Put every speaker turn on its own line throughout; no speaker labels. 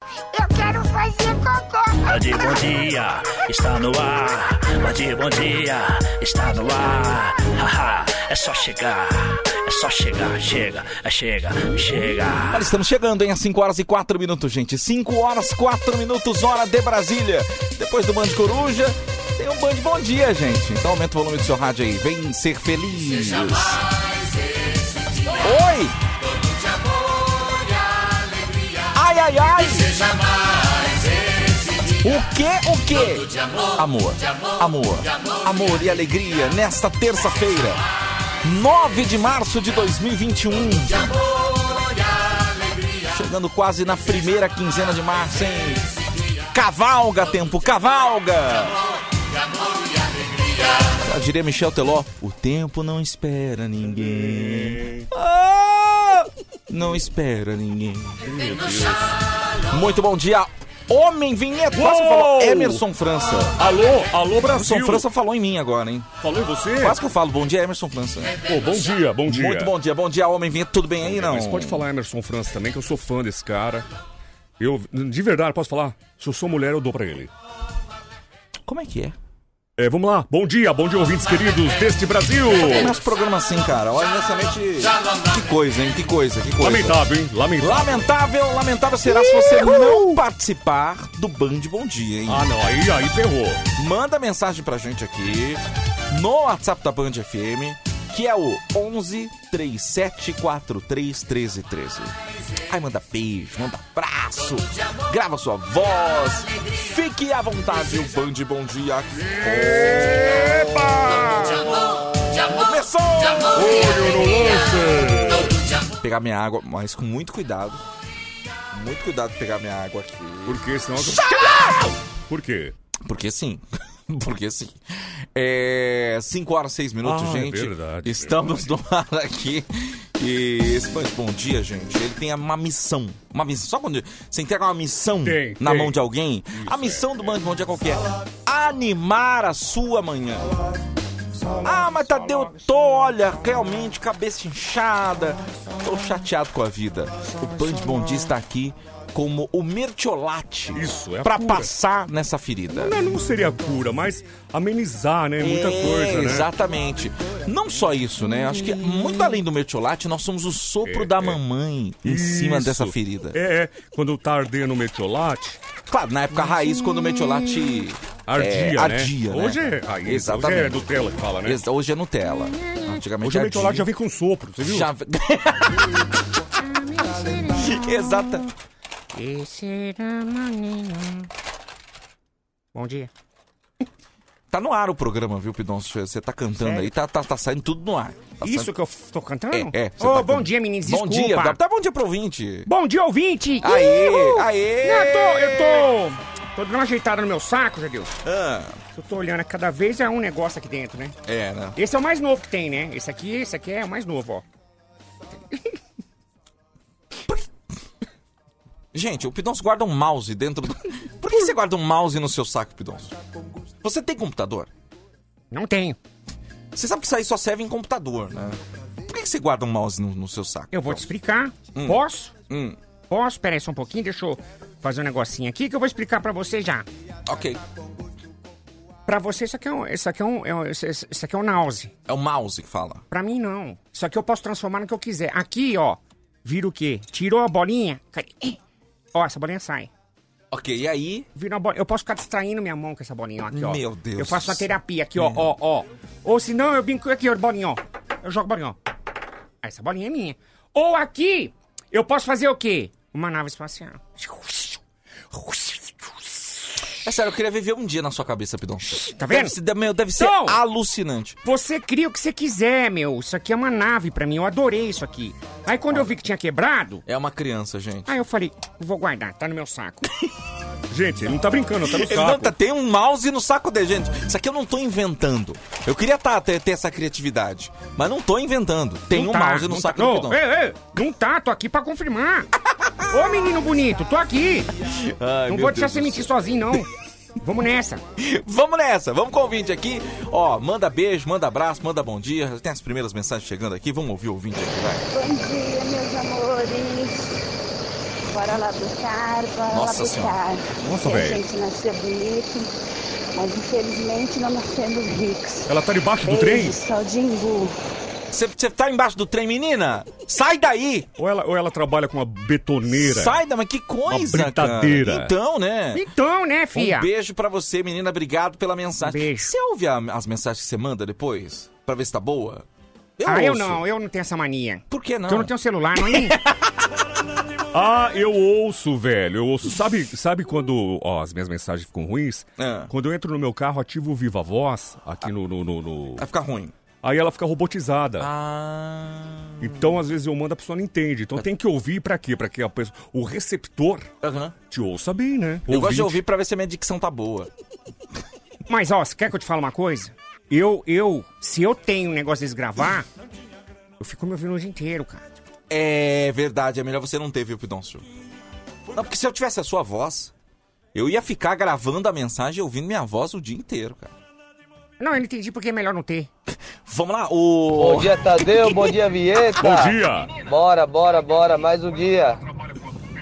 Bande Tá Bom Dia está no ar. Bande Bom Dia está no ar. Haha, é só chegar. É só chegar, chega, é chega, chega.
Olha, estamos chegando, hein? Às 5 horas e 4 minutos, gente. 5 horas, 4 minutos, hora de Brasília. Depois do Band Coruja, tem um Band Bom Dia, gente. Então aumenta o volume do seu rádio aí. Vem ser feliz. Oi! Ai, ai, ai! O que, o que? Amor, amor, amor e alegria nesta terça-feira, 9 de março de 2021. Chegando quase na primeira quinzena de março, hein? Cavalga, tempo, cavalga! Já diria Michel Teló, o tempo não espera ninguém. Ah, não espera ninguém. Muito bom dia, Homem Vinheta. Quase
Uou!
falou Emerson França.
Alô, alô
Emerson
Brasil.
França falou em mim agora, hein?
Falou em você?
Quase que eu falo, bom dia, Emerson França.
Pô, bom dia, bom dia.
Muito bom dia, bom dia, Homem Vinheta. Tudo bem aí, não?
Mas pode falar Emerson França também, que eu sou fã desse cara. Eu, de verdade, posso falar? Se eu sou mulher, eu dou pra ele.
Como é que é?
É, vamos lá. Bom dia, bom dia, ouvintes queridos deste Brasil.
Começa o programa assim, cara. Olha, honestamente, que coisa, hein? Que coisa, que coisa.
Lamentável, hein? Lamentável.
Lamentável, lamentável será se você não participar do Band Bom Dia, hein?
Ah, não, aí, aí ferrou.
Manda mensagem pra gente aqui no WhatsApp da Band FM, que é o 11 37431313. Aí manda beijo, manda abraço, grava sua voz. Fique à vontade, o Band Bom Dia. Começou!
Olho no lance.
Pegar minha água, mas com muito cuidado. Muito cuidado de pegar minha água aqui.
Por quê? Senão... Por quê?
Porque sim. Porque sim. É. 5 horas, 6 minutos,
Ah, é
gente.
verdade,
Estamos no ar aqui. E esse Band Bom Dia, gente, ele tem uma missão. Uma missão. Só quando você entrega uma missão
Tem,
na
tem.
mão de alguém, a missão do Band Bom Dia qualquer. Animar a sua manhã. Ah, mas Tadeu, eu tô, olha, realmente cabeça inchada. Tô chateado com a vida. O Band Bom Dia está aqui como o mertiolate
Isso, é a
pra
cura.
passar nessa ferida.
Não, não seria a cura, mas amenizar, né? Muita
É,
coisa, né?
Exatamente. Não só isso, né? Acho que muito além do mertiolate, nós somos o sopro
É,
da
é.
mamãe em cima
Isso.
dessa ferida.
É, é. Quando tá ardendo o metiolate,
Claro, na época raiz, quando o mertiolate
ardia,
é,
né?
ardia, né?
Hoje é raiz,
Exatamente.
hoje é Nutella que fala, né?
Ex- Hoje é Nutella. Antigamente
Hoje o
ardia.
metiolate já vem com sopro, você viu?
Já... Exata.
Bom dia.
Tá no ar o programa, viu, Pidoncio? Você tá cantando
Sério?
aí, tá, tá, tá saindo tudo no ar. Tá
Isso que eu f- tô cantando?
saindo- É, é, você tá
Ô, bom
cantando.
dia, meninos.
Bom
Desculpa.
dia, dá, dá bom dia pro ouvinte.
Bom dia, ouvinte.
Aê,
Uhul.
aê.
Não, Eu tô, eu tô... Tô dando uma ajeitada no meu saco, Jadil.
Ah,
Eu tô olhando, cada vez é um negócio aqui dentro, né?
é, né?
Esse é o mais novo que tem, né? Esse aqui, esse aqui é o mais novo, ó.
Gente, o Pidoncio guarda um mouse dentro do... Por que você guarda um mouse no seu saco, Pidoncio? Você tem computador?
Não tenho.
Você sabe que isso aí só serve em computador, né? Por que você guarda um mouse no, no seu saco?
Eu vou te
Pidoncio?
explicar. Posso?
Hum,
Posso? Espera aí só um pouquinho, deixa eu fazer um negocinho aqui que eu vou explicar pra você já.
ok.
Pra você, isso aqui é um... Isso aqui é um... é um- Isso isso aqui é um nause.
É o mouse que fala.
Pra mim, não. Isso aqui eu posso transformar no que eu quiser. Aqui, ó, vira o quê? Tirou a bolinha? Cadê? Ih! Ó, essa bolinha sai.
Ok, e aí...
Vira a bolinha. Eu posso ficar distraindo minha mão com essa bolinha ó, aqui, ó.
Meu Deus
Eu faço
do
uma
céu.
terapia aqui, ó, ó, ó. Ou se não, eu brinco aqui, ó, bolinha, ó. Eu jogo bolinha, ó. Ah, Essa bolinha é minha. Ou aqui, eu posso fazer o quê? Uma nave espacial.
É sério, eu queria viver um dia na sua cabeça, Pidoncio.
Tá vendo?
Deve ser, meu, deve ser
Então-
alucinante.
Você cria o que você quiser, meu. Isso aqui é uma nave pra mim. Eu adorei isso aqui. Aí quando eu vi que tinha quebrado,
É uma criança, gente.
aí eu falei, vou guardar, tá no meu saco.
Gente, ele não tá brincando, tá no
Ele não
saco.
tá- tem um mouse no saco dele, gente. Isso aqui eu não tô inventando. Eu queria tá, ter, ter essa criatividade, mas não tô inventando. Tem
Não
um
tá,
mouse no
não
saco
tá.
do
Ô,
Pidoncio.
ei, ei, não tá, tô aqui pra confirmar. Ô, menino bonito, tô aqui.
Ai,
não
meu
vou deixar
Deus
você
do
mentir sozinho, não. Vamos nessa.
Vamos nessa, vamos com o ouvinte aqui. Ó, manda beijo, manda abraço, manda bom dia. Tem as primeiras mensagens chegando aqui, vamos ouvir o ouvinte aqui, vai.
Bom dia, meus amores.
Bora lá buscar, bora
Nossa
lá
Senhora.
buscar.
Nossa,
Que
velho.
A gente nasceu bonito, mas infelizmente não nascemos ricos.
Ela tá debaixo do trem?
Beijos, Claudinho.
Você você tá embaixo do trem, menina? Sai daí!
Ou ela, ou ela trabalha com uma betoneira?
Sai da, mas que coisa,
Uma britadeira.
cara. Então, né?
Então, né, fia?
Um beijo pra você, menina. Obrigado
Um
pela mensagem.
Beijo.
Você ouve a- as mensagens que você manda depois? Pra ver se tá boa? Eu
ah, eu
ouço.
não, eu não tenho essa mania.
Por que não?
Porque eu não tenho celular, não é?
Ah, eu ouço, velho. Eu ouço. Sabe, sabe quando ó, as minhas mensagens ficam ruins?
Ah.
Quando eu entro no meu carro, ativo o Viva Voz aqui no. no, no- no-
Vai ficar ruim.
Aí ela fica robotizada.
Ah.
Então, às vezes, eu mando, a pessoa não entende. Então tem que ouvir pra quê? Pra que a pessoa. O receptor
Aham.
te ouça bem, né?
Uhum. Eu gosto de
Ouvinte.
ouvir pra ver se a minha dicção tá boa.
Mas, ó, você quer que eu te fale uma coisa? Eu, eu, se eu tenho um negócio desse gravar, eu fico me ouvindo o dia inteiro, cara.
É verdade, é melhor você não ter, viu, Pidoncio? Não, porque se eu tivesse a sua voz, eu ia ficar gravando a mensagem e ouvindo minha voz o dia inteiro, cara.
Não, eu não entendi porque é melhor não ter.
Vamos lá, o.
Bom dia, Tadeu. Bom dia, Vieta.
Bom dia!
Bora, bora, bora. Mais um dia.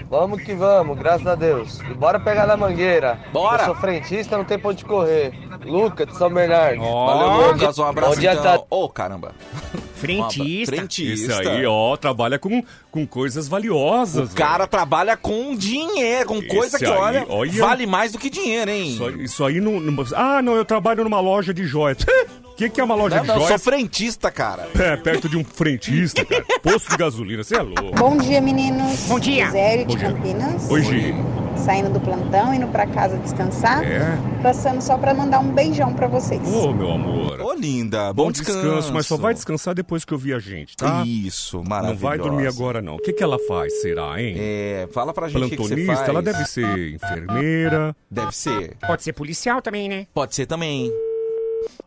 Vamos que vamos, graças a Deus. E bora pegar na mangueira.
Bora.
Eu sou frentista, não tem pra onde correr. Luca, de São Bernardo.
Valeu,
Ó,
Lucas, um abraço
Bom dia,
então.
tá-
Ô, caramba. Um abra-
Frentista.
Isso
Frentista.
aí, ó, trabalha com, com coisas valiosas.
O cara trabalha com dinheiro, com coisa
Esse
que,
aí,
olha,
olha.
vale mais do que dinheiro, hein?
Isso aí, isso aí não, não- Ah, não, eu trabalho numa loja de joias. O que, que é uma loja
Não,
de
não, eu sou
joias?
frentista, cara.
Pé, perto de um frentista, cara. Posto de gasolina, você é louco.
Bom dia, meninos.
Bom dia.
Zélio
Bom
de
dia.
Campinas.
Hoje.
Saindo do plantão, indo pra casa descansar.
É.
Passando só pra mandar um beijão pra vocês.
Ô, meu amor.
Ô, linda, bom, descanso.
mas só vai descansar depois que eu vi a gente, tá?
Isso,
Não
maravilhoso.
vai dormir agora, não. O que, que ela faz, será, hein?
É, fala pra gente o que, que você faz. Ah,
Plantonista, ela deve ser enfermeira.
Deve ser.
Pode ser policial também, né?
Pode ser também.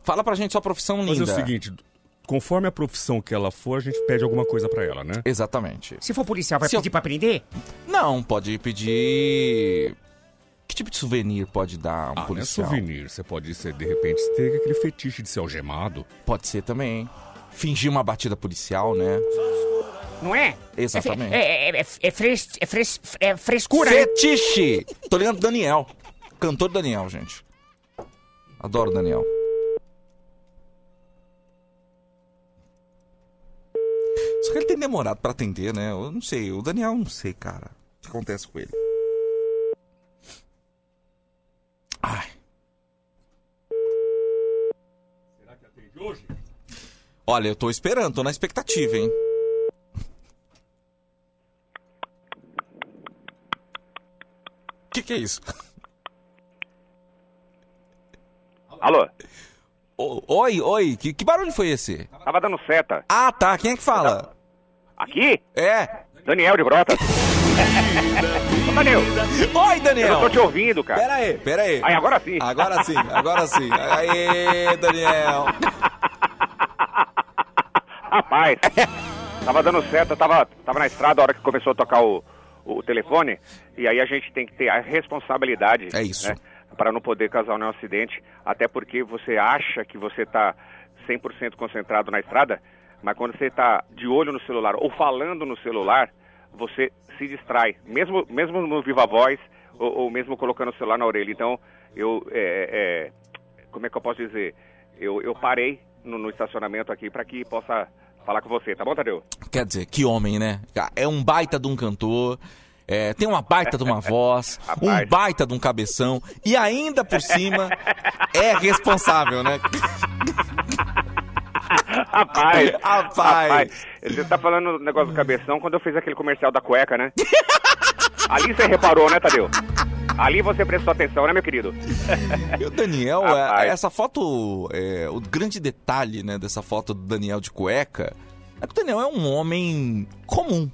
Fala pra gente sua profissão
Mas é
linda.
o seguinte, conforme a profissão que ela for, a gente pede alguma coisa pra ela, né?
Exatamente.
Se for policial, vai
Se eu-
pedir pra prender?
Não, pode pedir. Que tipo de souvenir pode dar um
Ah, não é
policial?
souvenir. Você pode ser, de repente, ter aquele fetiche de ser algemado.
Pode ser também. Fingir uma batida policial, né?
Não é?
Exatamente.
É, fe- é, é, é, é fres, é, fres, é frescura, né?
Fetiche! Tô ligando pro Daniel. Cantor Daniel, gente. Adoro o Daniel. Só que ele tem demorado pra atender, né? Eu não sei. O Daniel, não sei, cara. O que acontece com ele? Ai. Olha, eu tô esperando, tô na expectativa, hein? O que, que é isso?
Alô?
O- oi, oi, que, que barulho foi esse?
Tava dando seta.
Ah, tá, quem é que fala?
Aqui?
É.
Daniel de Brotas. Ô, Daniel,
Oi,
eu
Daniel!
tô te ouvindo, cara.
Pera aí, pera aí.
Aí, agora sim.
Agora sim, agora sim. Aê, Daniel!
Rapaz, tava dando seta, tava, tava na estrada a hora que começou a tocar o, o telefone. E aí a gente tem que ter a responsabilidade.
É isso.
Né, para não poder causar nenhum acidente. Até porque você acha que você tá 100% concentrado na estrada, mas quando você tá de olho no celular ou falando no celular, você se distrai. Mesmo, mesmo no viva voz ou, ou mesmo colocando o celular na orelha. Então, eu. é, é, como é que eu posso dizer? Eu, eu parei no, no estacionamento aqui para que possa falar com você, tá bom, Tadeu?
Quer dizer, que homem, né? É um baita de um cantor, é, tem uma baita de uma voz, um
Rapaz.
baita de um cabeção e ainda por cima é responsável, né?
Rapaz,
Rapaz.
Você tá falando do negócio do cabeção quando eu fiz aquele comercial da cueca, né? Ali você reparou, né, Tadeu? Ali você prestou atenção, né, meu querido?
E o Daniel,
Rapaz.
é, essa foto, é, o grande detalhe né, dessa foto do Daniel de cueca é que o Daniel é um homem comum.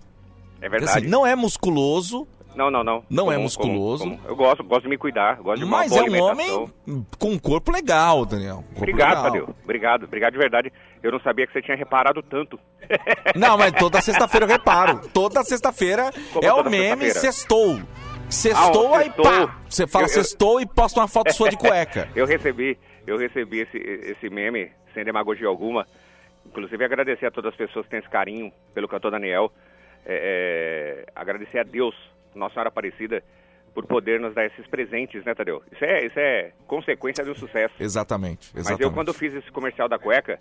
É
Assim,
verdade.
não é musculoso,
não, não, não.
Não é musculoso.
Eu gosto, gosto de me cuidar, gosto de uma
mas
boa
é um
alimentação.
homem com um corpo legal, Daniel. Um corpo
Obrigado,
legal.
Tadeu. Obrigado, obrigado de verdade. Eu não sabia que você tinha reparado tanto.
Não, mas toda sexta-feira eu reparo. Toda sexta-feira
Como
é o
toda
meme
sexta-feira?
sextou. Sextou,
Ah,
aí
sextou.
pá. Você fala
Eu- eu-
sextou e posta uma foto sua de cueca.
Eu recebi, eu recebi esse, esse meme, sem demagogia alguma. Inclusive, agradecer a todas as pessoas que têm esse carinho pelo cantor Daniel. É, é, agradecer a Deus Nossa Senhora Aparecida por poder nos dar esses presentes, né, Tadeu? Isso é, isso é consequência de um sucesso.
Exatamente, exatamente.
Mas eu, quando fiz esse comercial da cueca,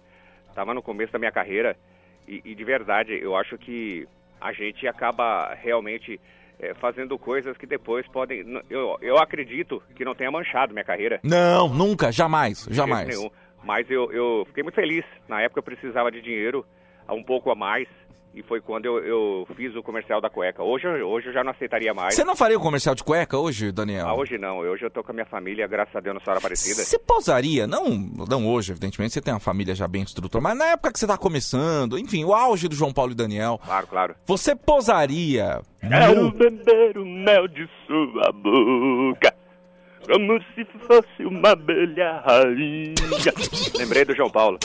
estava no começo da minha carreira e, e, de verdade, eu acho que a gente acaba realmente é, fazendo coisas que depois podem... n- Eu, eu acredito que não tenha manchado minha carreira.
Não, nunca, jamais,
de jeito
jamais.
nenhum. Mas eu, eu fiquei muito feliz. Na época eu precisava de dinheiro, um pouco a mais, e foi quando eu, eu fiz o comercial da cueca. Hoje, eu- hoje eu já não aceitaria mais.
Você não faria o comercial de cueca hoje, Daniel?
Ah, hoje não, hoje eu tô com a minha família, graças a Deus, Nossa Senhora Aparecida.
Você pousaria, não, não hoje, evidentemente, você tem uma família já bem estruturada, mas na época que você tá começando, enfim, o auge do João Paulo e Daniel,
Claro, claro.
você pousaria.
um
Quero beber o mel de sua boca, como se fosse uma abelha rainha.
Lembrei do João Paulo.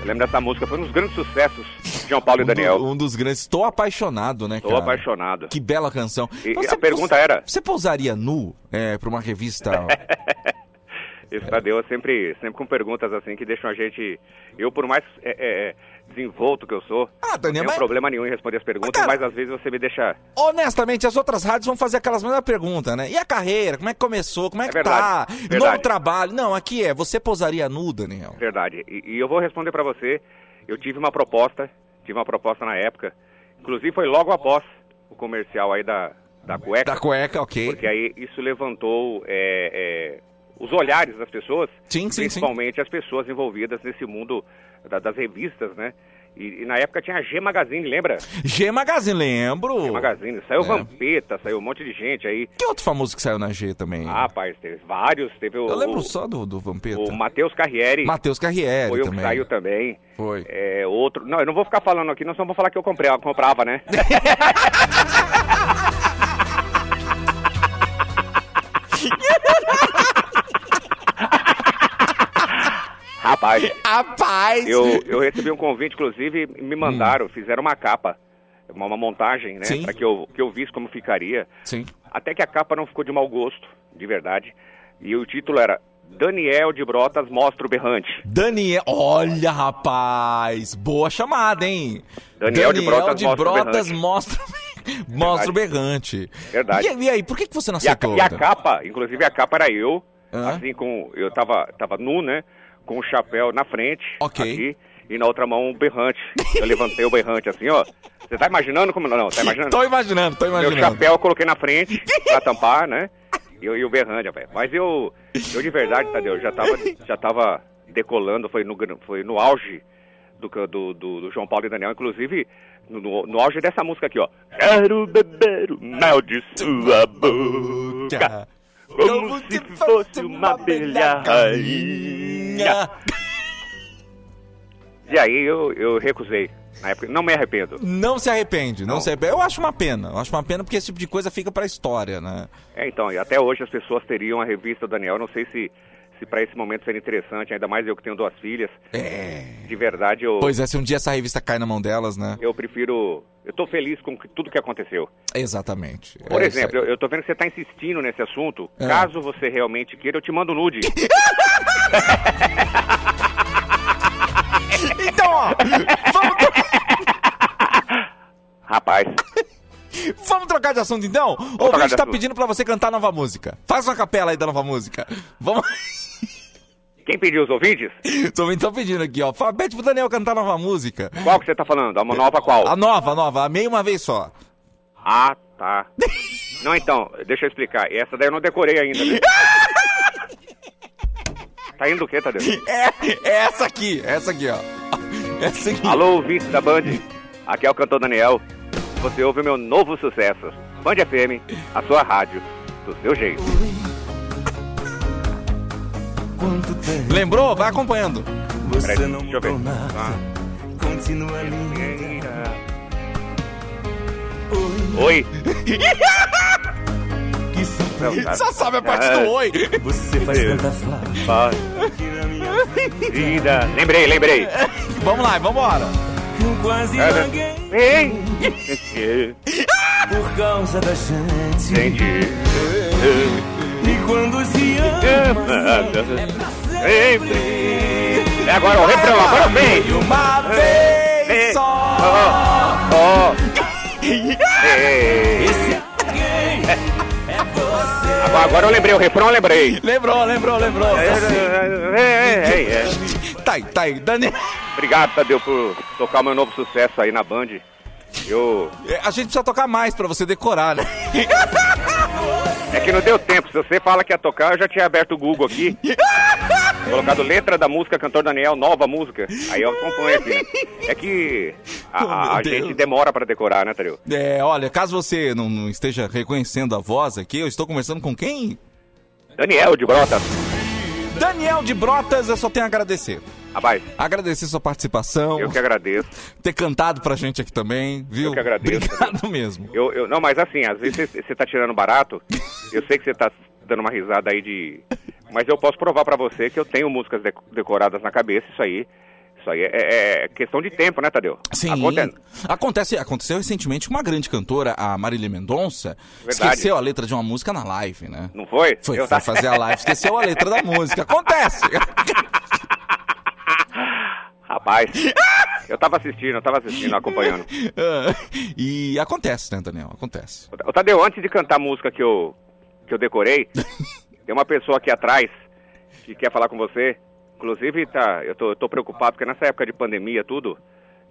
Eu lembro dessa música, foi um dos grandes sucessos de João Paulo e Daniel.
Um, dos grandes. Estou apaixonado, né,
Tô
cara?
apaixonado.
Que bela canção.
E- e a pergunta era?
Você pousaria nu é, pra uma revista.
Esse Tadeu é sempre, sempre com perguntas assim que deixam a gente. Eu, por mais é, é, é, desenvolto que eu sou,
Ah, Daniel,
não
mas-
tenho problema nenhum em responder as perguntas,
Mas, cara-
mas às vezes você me deixa
Honestamente, as outras rádios vão fazer aquelas mesmas perguntas, né? E a carreira? Como é que começou? Como é,
É
que
verdade,
tá?
verdade.
Novo trabalho? Não, aqui é. Você pousaria nu, Daniel?
Verdade. E, e eu vou responder pra você. Eu tive uma proposta, tive uma proposta na época. Inclusive foi logo após o comercial aí da, da cueca.
Da cueca, ok.
Porque aí isso levantou é, é, os olhares das pessoas,
Sim, sim, sim.
principalmente as pessoas envolvidas nesse mundo da- das revistas, né? E, e na época tinha a G Magazine, lembra?
G Magazine, lembro.
G Magazine. Saiu
é.
Vampeta, saiu um monte de gente aí.
Que outro famoso que saiu na G também?
Ah, rapaz, teve vários. Teve o,
Eu lembro só do, do Vampeta.
o Matheus Carrieri.
Matheus Carriere
Foi um que
também.
saiu também.
Foi.
É, outro. Não, eu não vou ficar falando aqui, não só vou falar que eu comprei, eu comprava, né? Rapaz,
Rapaz!
eu, eu recebi um convite, inclusive, me mandaram, fizeram uma capa, uma, uma montagem, né?
Sim.
Pra que eu, que eu visse como ficaria.
Sim.
Até que a capa não ficou de mau gosto, de verdade. E o título era Daniel de Brotas mostra o berrante.
Daniel, olha, rapaz! Boa chamada, hein?
Daniel de Brotas
de
mostra o
Brotas
berrante.
mostra, mostra o berrante.
Verdade.
E, e aí, por que, que você não
E a,
aceitou?
e a capa, inclusive a capa era eu,
Hã?
assim com. Eu tava, tava nu, né? Com o chapéu na frente.
Ok.
Aqui, e na outra mão o berrante. Eu levantei o berrante assim, ó. Você tá imaginando como. Não, tá imaginando?
Tô imaginando, tô
Meu
imaginando.
chapéu eu coloquei na frente pra tampar, né? E, eu- e o berrante, velho. Mas eu, eu de verdade, Tadeu, já tava, já tava decolando, foi no, gran- foi no auge do, can- do, do- do João Paulo e Daniel, inclusive no- no, no auge dessa música aqui, ó.
Quero beber o mel de sua boca, como se fosse uma abelha rainha.
E aí eu, eu recusei. Na época, não me arrependo.
Não se arrepende, não,
Não.
se arrepende. Eu acho uma pena, eu acho uma pena porque esse tipo de coisa fica pra história, né?
É, então, e até hoje as pessoas teriam a revista Daniel. Eu não sei se, se para esse momento seria interessante, ainda mais eu que tenho duas filhas.
É.
De verdade, eu,
Pois é, se um dia essa revista cai na mão delas, né?
eu prefiro. Eu tô feliz com que- tudo que aconteceu.
Exatamente.
Por
É isso
exemplo, eu,
aí.
eu tô vendo que você tá insistindo nesse assunto.
É.
Caso você realmente queira, eu te mando nude.
Então, ó, vamos, tro-
Rapaz,
vamos trocar de assunto então? O
trocar
ouvinte
de
tá
assunto.
pedindo pra você cantar nova música. Faz uma capela aí da nova música. Vamos.
quem pediu os ouvintes?
Os ouvintes estão pedindo aqui, ó. Fala, pede pro Daniel cantar nova música.
Qual que você tá falando? A nova qual?
A nova, a nova, a meia uma vez só.
Ah, tá. Não, então, deixa eu explicar. Essa daí eu não decorei ainda. Né? tá indo o quê, Tadeu?
É, é essa aqui, essa aqui, ó. É Essa aqui.
Alô, ouvintes da Band. Aqui é o cantor Daniel. Você ouve o meu novo sucesso. Band FM, a sua rádio, do seu jeito.
Lembrou? Vai acompanhando.
Peraí, deixa eu ver. Ah,
Continua linda. Oi,
Oi,
que surpresa.
Não, tá.
Só sabe a parte do oi.
Você faz tanta falta que na minha
vida. Lembrei, lembrei.
Vamos lá, vambora.
quase
É, né?
ninguém
Ei,
por causa da gente.
gente.
E quando se
Ah,
ama, é pra sempre.
É agora o refrão, agora vem.
Uma
É.
vez só.
Ó, ó. Ei.
Esse alguém é
Agora, agora eu lembrei, o refrão eu lembrei.
Lembrou, lembrou, lembrou.
É,
assim.
é, é, é,
Tá aí, tá aí. Dani.
Obrigado, Tadeu, por tocar meu novo sucesso aí na Band. Eu.
É, A gente precisa tocar mais pra você decorar, né?
É que não deu tempo. Se você fala que ia tocar, eu já tinha aberto o Google aqui. colocado letra da música, cantor Daniel, nova música. Aí eu componho aqui, né? É que a, a- a
Oh, meu Deus.
gente demora pra decorar, né, Tadeu?
É, olha, caso você não, não esteja reconhecendo a voz aqui, eu estou conversando com quem?
Daniel de Brotas.
Daniel de Brotas, eu só tenho a agradecer.
Rapaz,
Agradecer sua participação,
eu que agradeço.
ter cantado pra gente aqui também, viu?
Eu que agradeço.
Obrigado mesmo.
Eu, eu, não, mas assim, às vezes você- você tá tirando barato. Eu sei que você tá dando uma risada aí de. Mas eu posso provar pra você que eu tenho músicas dec- decoradas na cabeça, isso aí. Isso aí é, é- é questão de tempo, né, Tadeu?
Sim.
Acontece.
Acontece, aconteceu recentemente que uma grande cantora, a Marília Mendonça,
Verdade.
esqueceu a letra de uma música na live, né?
Não foi?
Foi,
Eu
foi
tá-
fazer a live, esqueceu a letra da música. Acontece!
Rapaz, eu tava assistindo, eu tava assistindo, acompanhando.
Ah, e acontece, né, Daniel? Acontece.
Ô, Tadeu, antes de cantar a música que eu, que eu decorei, tem uma pessoa aqui atrás que quer falar com você. Inclusive, tá, eu tô, eu tô preocupado, porque nessa época de pandemia, tudo,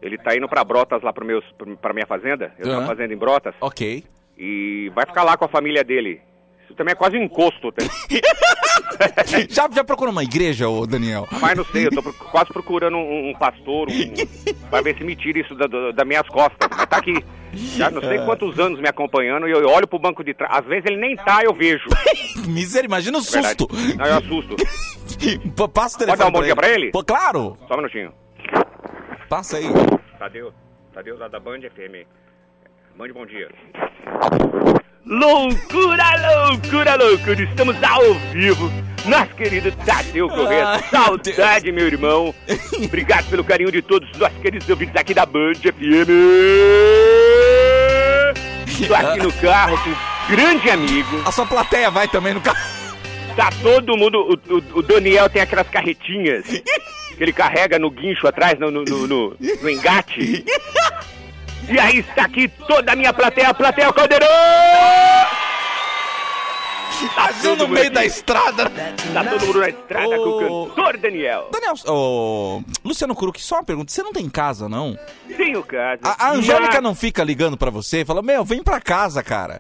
ele tá indo pra Brotas, lá pro meus, pro- pra minha fazenda. Eu tô
Aham.
fazenda em Brotas.
Ok.
E vai ficar lá com a família dele. Isso também é quase um encosto, tá?
já, já procurou uma igreja, ô Daniel?
mas não sei, eu tô pro- quase procurando um, um pastor, um, pra ver se me tira isso da, da- das minhas costas. Mas tá aqui, já não sei quantos anos me acompanhando, e eu olho pro banco de trás. Às vezes ele nem tá, eu vejo.
Miséria, imagina o
Verdade.
susto!
Não, eu assusto.
Pô, Passa o telefone.
Pode dar um bom dia pra ele?
Pô, claro!
Só um minutinho.
Passa aí.
Tadeu, Tadeu lá da Band FM. Mande bom dia.
Loucura, loucura, loucura! Estamos ao vivo! Nosso querido Tadeu Corrêa,
Ai,
saudade, meu irmão! Obrigado pelo carinho de todos os nossos queridos ouvintes aqui da Band FM! Estou aqui no carro com um grande amigo,
A sua plateia vai também no carro.
tá todo mundo... O, o- o Daniel tem aquelas carretinhas que ele carrega no guincho atrás, no, no- no- no- no engate. E aí está aqui toda a minha plateia, a plateia Caldeirão! Tá
Imagina no
todo
meio
aqui.
da estrada. né?
Tá todo mundo na estrada
Ô.
com o cantor Daniel.
Daniel, ô, Luciano Kuruki, só uma pergunta. Você não tem casa, não?
Tem o caso.
A, a Angélica
mas
não fica ligando pra você e fala, meu, vem pra casa, cara.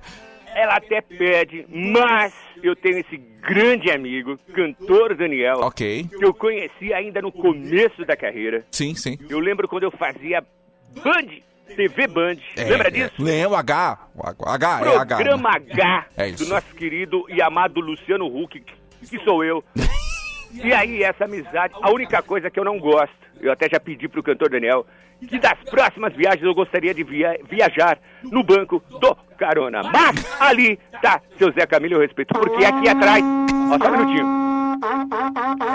Ela até pede, mas eu tenho esse grande amigo, cantor Daniel,
Ok.
que eu conheci ainda no começo da carreira.
Sim, sim.
Eu lembro quando eu fazia Band, TV Band.
É,
Lembra
é.
disso?
Lembro, H. O H, H é H. né?
Programa H,
É isso.
do nosso querido e amado Luciano Huck, que- que sou eu. E aí, essa amizade, a única coisa que eu não gosto, eu até já pedi pro cantor Daniel, que das próximas viagens eu gostaria de via- viajar no banco do carona. Mas ali tá seu Zé Camilo, eu respeito, porque aqui atrás, ó, só um minutinho.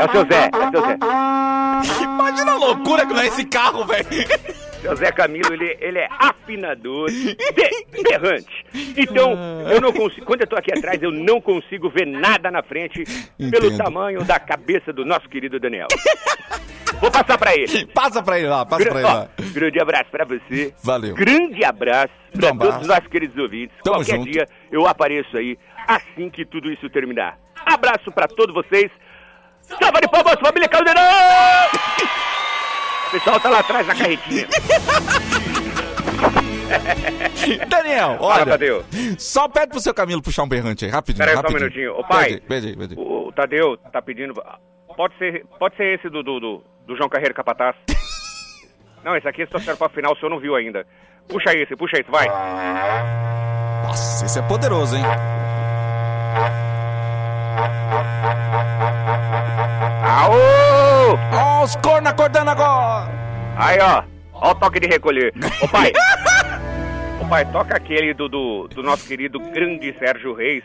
É o seu Zé, é o seu Zé.
Imagina a loucura que não é esse carro, velho.
Seu Zé Camilo, ele, ele é afinador, de, berrante. Então, eu não consigo. Quando eu tô aqui atrás, eu não consigo ver nada na frente pelo
Entendo.
tamanho da cabeça do nosso querido Daniel. Vou passar pra ele.
Passa pra ele lá, passa
Gran-
pra ele
ó,
lá.
grande abraço pra você.
Valeu.
Grande abraço pra
Um abraço.
todos os nossos queridos ouvintes.
Tamo
Qualquer
junto.
dia eu apareço aí assim que tudo isso terminar. Abraço pra todos vocês. Salva de palmas, família Caldeirão! O pessoal tá lá atrás na carretinha.
Daniel, olha.
Fala, Tadeu.
Só pede pro seu Camilo puxar um berrante aí, rapidinho.
Pera aí só um
rapidinho.
minutinho. Ô, pai.
Pede, aí, pede, aí, pede. aí.
O, o Tadeu tá pedindo. Pode ser, pode ser esse do, do, do- do João Carreiro Capataz. Não, esse aqui só serve pra final, o senhor não viu ainda. Puxa esse, puxa esse, vai.
Ah. Nossa, esse é poderoso, hein?
Aô!
Ó, os cornos acordando agora.
Aí, ó. Ó o toque de recolher. Ô, pai. Ô, pai, toca aquele do, do, do nosso querido grande Sérgio Reis.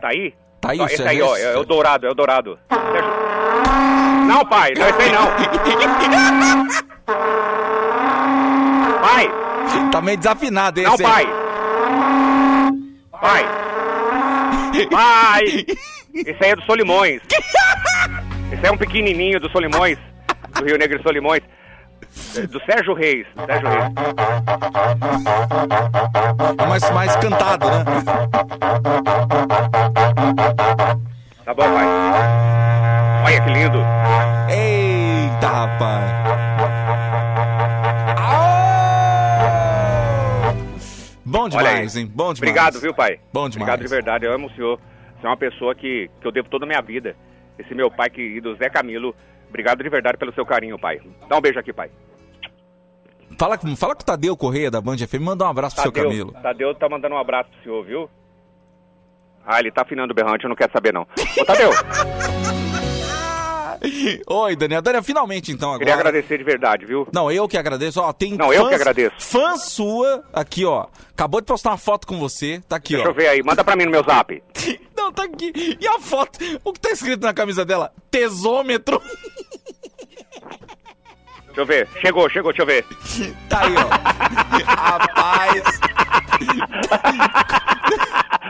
Tá aí?
Tá aí
Ó,
o
Esse aí,
Sérgio
ó.
Reis? Ah.
É, é o dourado, é o dourado. Sérgio- Não, pai. Não, é esse aí não. Pai.
Tá meio desafinado esse é
Não,
aí.
pai. Pai. Pai. Esse aí é do Solimões. Esse aí é um pequenininho do Solimões. Do Rio Negro e Solimões. Do Sérgio Reis. Sérgio Reis.
É mais, mais cantado, né?
Tá bom, vai. Olha que lindo.
Eita, rapaz. Aô! Bom
Olha aí.
demais, hein? Bom demais.
Obrigado, viu, pai?
Bom demais.
Obrigado de verdade. Eu amo o senhor. Você é uma pessoa que, que eu devo toda a minha vida. Esse meu pai querido, Zé Camilo. Obrigado de verdade pelo seu carinho, pai. Dá um beijo aqui, pai.
Fala, com- fala com o Tadeu Correia da Band FM, manda um abraço pro seu
Tadeu,
Camilo.
Tadeu tá mandando um abraço pro senhor, viu? Ah, ele tá afinando o berrante, eu não quero saber, não. Ô, Tadeu,
Oi, Daniel. Daniel, finalmente então agora.
queria agradecer de verdade, viu?
Não, eu que agradeço. Ó, tem
Não, eu
fãs-
que agradeço.
Fã sua, aqui, ó. Acabou de postar uma foto com você. Tá aqui,
Deixa
ó.
eu ver aí, manda pra mim no meu zap.
Não, tá aqui. E a foto? O que tá escrito na camisa dela? Tesômetro.
Deixa eu ver. Chegou, chegou, deixa eu ver.
Tá aí, ó. Rapaz.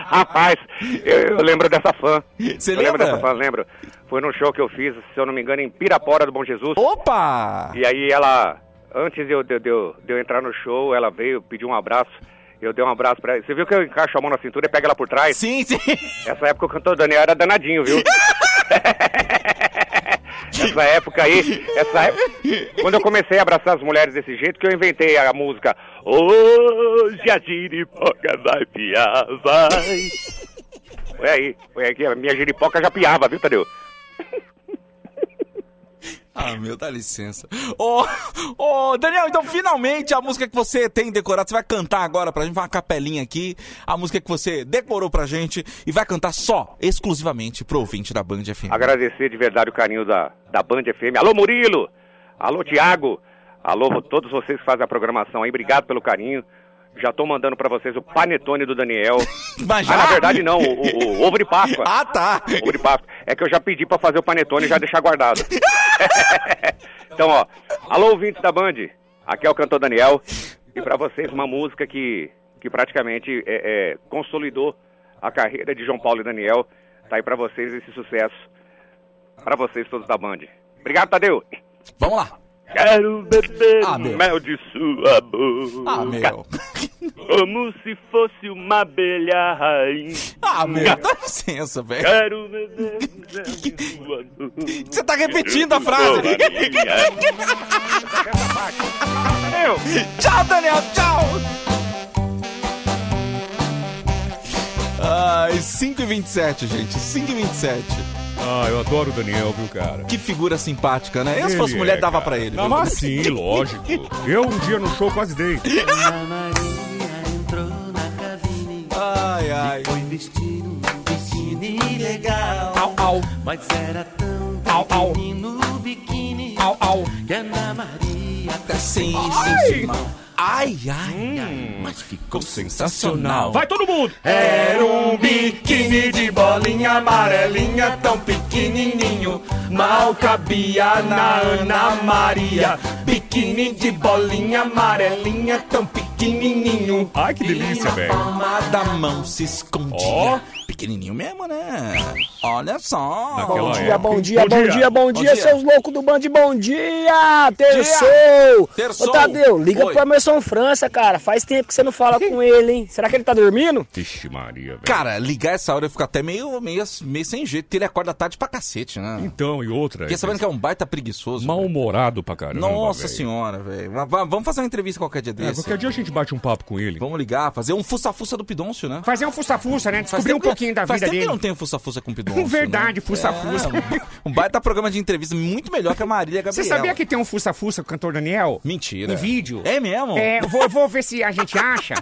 Rapaz, eu, eu lembro dessa fã.
Você
eu lembro
lembra?
dessa fã, lembro. Foi num show que eu fiz, se eu não me engano, em Pirapora do Bom Jesus.
Opa!
E aí ela, antes de eu, de, eu- de eu, de eu entrar no show, ela veio, pediu um abraço. Eu dei um abraço pra ela. Você viu que eu encaixo a mão na cintura e pego ela por trás?
Sim, sim.
Essa época o cantor Daniel era danadinho, viu? essa época aí, essa época, quando eu comecei a abraçar as mulheres desse jeito, que eu inventei a música Hoje a giripoca vai piar, vai. Foi aí, foi aí que a minha giripoca já piava, viu, Tadeu?
Ah, meu, dá licença. Ô, ô, Daniel, então finalmente a música que você tem decorado, você vai cantar agora pra gente, vai uma capelinha aqui, a música que você decorou pra gente e vai cantar só, exclusivamente pro ouvinte da Band FM.
Agradecer de verdade o carinho da, da Band FM. Alô, Murilo! Alô, Tiago! Alô, todos vocês que fazem a programação aí, obrigado pelo carinho. Já tô mandando pra vocês o panetone do Daniel.
Mas
Ah, na verdade não, o, o- o ovo de Páscoa.
Ah, tá.
Ovo de Páscoa. É que eu já pedi pra fazer o panetone e já deixar guardado. então, ó. Alô, ouvintes da Band. Aqui é o cantor Daniel. E pra vocês, uma música que, que praticamente é, é, consolidou a carreira de João Paulo e Daniel. Tá aí pra vocês esse sucesso. Pra vocês todos da Band. Obrigado, Tadeu.
Vamos lá.
Quero beber
Ah,
o
meu.
mel de sua boca.
Ah, meu.
Como se fosse uma abelha rainha.
Ah, meu, dá licença, velho.
Quero beber um. o mel de sua boca.
Você tá repetindo a frase.
Eu.
Tchau, Daniel, tchau! Ai, 5h27, gente, 5h27.
Ah, eu adoro o Daniel, viu, cara?
Que figura simpática, né? Eu, se fosse
Ele
mulher,
é,
dava
cara.
pra ele.
Não,
viu?
mas sim, lógico. Eu um dia no show quase dei.
Ana Maria entrou na cabine
Ai, ai.
Foi vestindo um biquíni legal
Au, au,
Mas era tão
Au, au.
pequenino o biquíni
au, au.
Que Ana Maria
Sim,
fez mal
Tá Ai, ai.
Mas ficou
Hum. Sensacional.
Vai todo mundo!
É,
Era um biquíni de bolinha amarelinha Tão pequenininho Mal cabia na Ana Maria Biquíni de bolinha amarelinha Tão pequenininho
Ai, que delícia, velho.
Palma da mão se escondia.
Ó.
Pequenininho mesmo, né? Olha só.
Naquela época.
Bom dia, bom dia, bom dia,
dia.
seus loucos do Band, bom dia! Terçou!
Terçou.
Ô, Tadeu, liga
Oi.
pro Emerson França, cara. Faz tempo que você não fala com ele, hein? Será que ele tá dormindo?
Vixe Maria, velho.
Cara, ligar essa hora eu fico até meio, meio, meio sem jeito, porque ele acorda tarde pra cacete, né?
Então, e outra.
Fiquei sabendo que é um baita preguiçoso. velho.
Mal-humorado pra caramba,
Nossa
velho.
senhora, velho. Va- va- Vamos fazer uma entrevista qualquer dia
É,
desse.
qualquer dia a gente bate um papo com ele.
Vamos ligar, fazer um fuça-fuça do Pidoncio, né?
Fazer um fuça-fuça, né? Descobrir um
tempo que-
pouquinho da
faz
vida
tempo que não
dele.
tem um fuça-fuça com o Pidoncio.
Verdade,
né?
fuça-fuça.
É, um baita programa de entrevista muito melhor que a Marília
Você
Gabriela.
sabia que tem um fuça-fuça com o cantor Daniel?
Mentira.
Um vídeo.
É mesmo?
É, eu vou, eu vou ver se a gente acha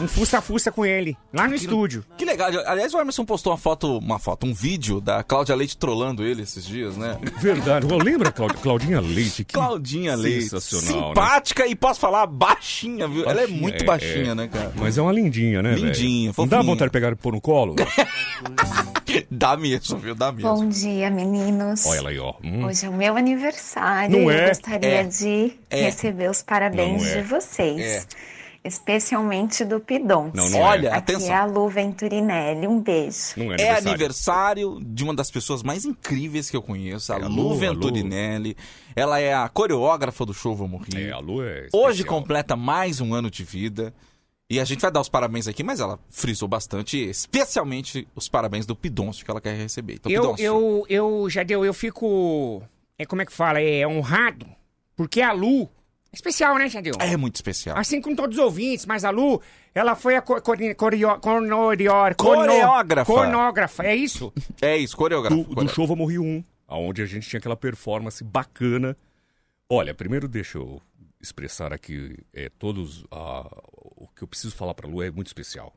um fuça-fuça com ele, lá no estúdio.
Que legal. Aliás, o Emerson postou uma foto, uma foto, um vídeo da Cláudia Leite trolando ele esses dias, né?
Verdade. Ô, Lembra, Claud- Claudinha Leite? Que
Claudinha Leite.
Sensacional, né?
Simpática e posso falar baixinha, viu? Ela é
Baixinha,
muito
é,
baixinha,
é.
né, cara?
Mas é uma lindinha, né, velho?
Lindinha,
Não dá
fofinha.
vontade de pegar e pôr no colo?
Dá mesmo, viu? Dá mesmo.
Bom dia, meninos.
Olha ela aí, ó. Hum.
Hoje é o meu aniversário.
Não
e
é?
Eu gostaria
É.
de
É.
receber os parabéns
Não é.
de vocês. Especialmente do Pidon.
Não, não é. Olha,
Aqui
atenção.
é a Lu Venturinelli. Um beijo.
Não
É aniversário de uma das pessoas mais incríveis que eu conheço, a
É, Lu, a
Lu
Lu.
Venturinelli. Ela é a coreógrafa do show Vamos Rir.
É, a Lu é.
Hoje completa mais um ano de vida. E a gente vai dar os parabéns aqui, mas ela frisou bastante, especialmente os parabéns do Pidoncio que ela quer receber. Então,
eu,
Pidoncio,
eu, eu, já deu, eu fico. É como é que fala? É honrado. Porque a Lu. É especial, né, Jadeu?
é muito especial.
Assim como todos os ouvintes, mas a Lu, ela foi a co- corine- corio- conorior- cono-
Coreógrafa.
Coreógrafa, é isso?
É isso, coreógrafo.
Do, do show Vamos Rio 1, onde a gente tinha aquela performance bacana. Olha, primeiro deixa eu expressar aqui é, todos. ah, o que eu preciso falar pra Lu é muito especial.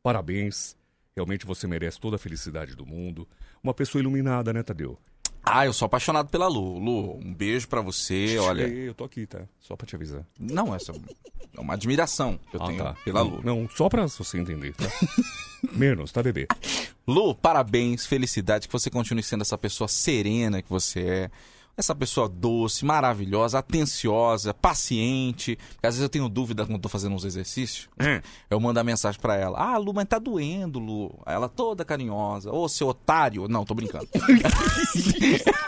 Parabéns. Realmente você merece toda a felicidade do mundo. Uma pessoa iluminada, né, Tadeu?
Ah, eu sou apaixonado pela Lu. Lu, um beijo pra você, olha.
Eu tô aqui, tá? Só pra te avisar.
Não, essa é uma admiração que eu
Ah,
tenho
tá.
pela
Não,
Lu.
Não, só pra você entender, tá? Menos, tá, bebê?
Lu, parabéns, felicidade, que você continue sendo essa pessoa serena que você é. Essa pessoa doce, maravilhosa, atenciosa, paciente. Porque às vezes eu tenho dúvida quando eu tô fazendo uns exercícios.
É.
Eu mando a mensagem pra ela. Ah, Lu, mas tá doendo, Lu. Aí Ela toda carinhosa. Ô, seu otário. Não, tô brincando.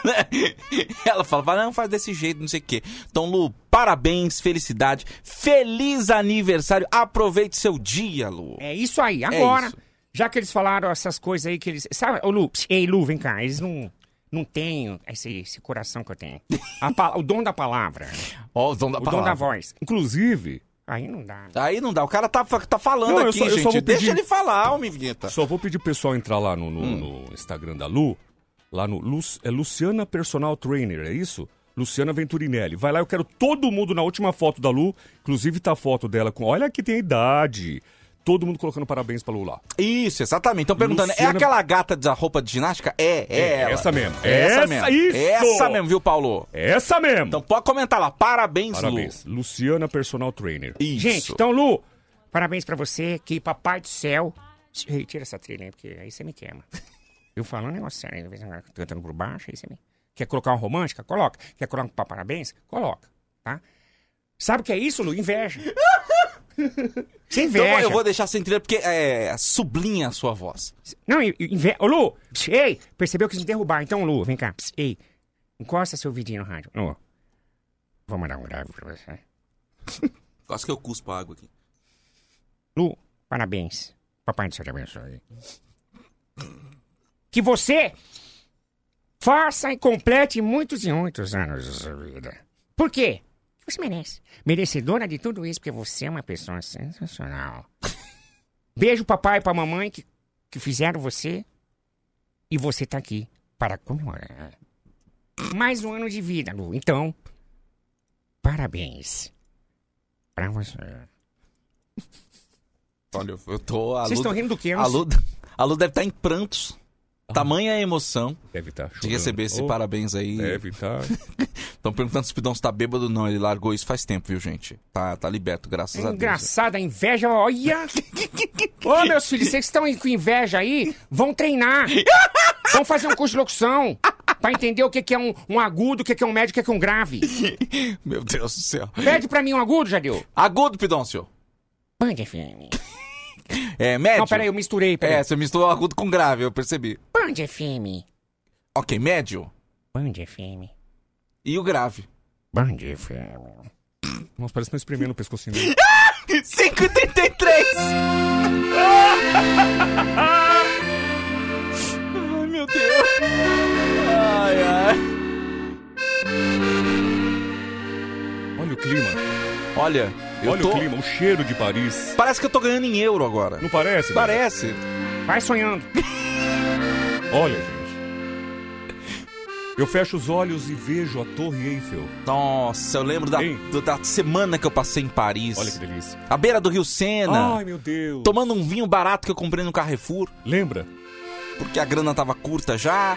ela fala, fala, não, faz desse jeito, não sei o quê. Então, Lu, parabéns, felicidade. Feliz aniversário. Aproveite seu dia, Lu.
É isso aí. Agora,
isso.
já que eles falaram essas coisas aí que eles. Sabe, ô Lu, pss, ei, Lu, vem cá, eles não. Não tenho esse, esse coração que eu tenho. A pa- o dom da palavra.
Ó, o dom da
o dom
palavra.
da voz.
Inclusive.
Aí não dá.
Aí não dá. O cara tá, tá falando
Não, eu
aqui,
só- eu só
gente.
vou
Deixa
pedir-
ele falar, homem vinheta.
Só vou pedir pro pessoal entrar lá no, no-
Hum.
no Instagram da Lu, lá no Lu, é Luciana Personal Trainer, é isso? Luciana Venturinelli. Vai lá, eu quero todo mundo na última foto da Lu, inclusive tá a foto dela com. Olha que tem a idade. Todo mundo colocando parabéns pra Lu lá.
Isso, exatamente. Então perguntando, é
Luciana-
aquela gata da roupa de ginástica? É, é,
É,
ela.
essa mesmo.
É essa,
Essa,
mesmo.
isso!
Essa mesmo, viu, Paulo?
Essa mesmo!
Então pode comentar lá. Parabéns, tá Lu.
Parabéns. Luciana Personal Trainer.
Isso.
Gente, então, Lu, parabéns pra você, que papai do céu. Ei, Tira essa trilha aí, porque aí você me queima. Eu falo um negócio sério, aí, de vez em quando, cantando por baixo, aí você me. Quer colocar uma romântica? Coloca. Quer colocar um pa- parabéns? Coloca, tá? Sabe o que é isso, Lu? Inveja. Você
Então
inveja.
eu vou deixar sem trilha porque é, sublinha a sua voz.
Não, e- e inve... Ô, Lu, pss, ei, percebeu que quis me derrubar. Então, Lu, vem cá. pss, ei, encosta seu vidinho no rádio. Lu, vou mandar um grave pra você.
Quase que eu cuspo a água aqui.
Lu, parabéns. Papai do céu te abençoe. Que você faça e complete muitos e muitos anos de sua vida. Por quê? Que Você merece. Merecedora de tudo isso, porque você é uma pessoa sensacional. Beijo, papai e pra mamãe que, que fizeram você. E você tá aqui para comemorar. Mais um ano de vida, Lu. Então, parabéns pra você.
Olha, eu- eu tô. a
Vocês
Lu- tá-
estão rindo do quê? Eu não
A Lu, a Lu deve estar em prantos. Tamanha emoção
Deve estar.
de receber esse parabéns aí.
Deve tá. estar.
Estão perguntando se o Pidão se tá bêbado ou não. Ele largou isso faz tempo, viu, gente? Tá, tá liberto,
É
graças a Deus.
Engraçada, a inveja, olha! Ô, meus filhos, vocês que estão com inveja aí, vão treinar! Vão fazer um curso de locução! Pra entender o que, que é um, um agudo, o que, que é um médio, o que, que é um grave.
Meu Deus do céu.
Pede pra mim um agudo, Jadeu.
Agudo, Pidoncio.
Band FM.
É, médio?
Não, peraí, eu misturei, peraí.
É, você misturou agudo com grave, eu percebi.
Band FM.
Ok, médio
Band FM.
e o grave.
Band FM.
Nossa, parece que estão espremendo o pescocinho dele.
533!
Ai, meu Deus. Ai, ai.
Olha o clima.
Olha, eu
Olha
tô...
o clima, o cheiro de Paris.
Parece que eu tô ganhando em euro agora.
Não parece? né?
Parece.
Vai sonhando.
Olha, gente. Eu fecho os olhos e vejo a Torre Eiffel.
Nossa, eu lembro da,
Hein?
do- da semana que eu passei em Paris.
Olha que delícia.
À beira do Rio Sena,
Ai, meu Deus.
tomando um vinho barato que eu comprei no Carrefour,
Lembra?
porque a grana tava curta já.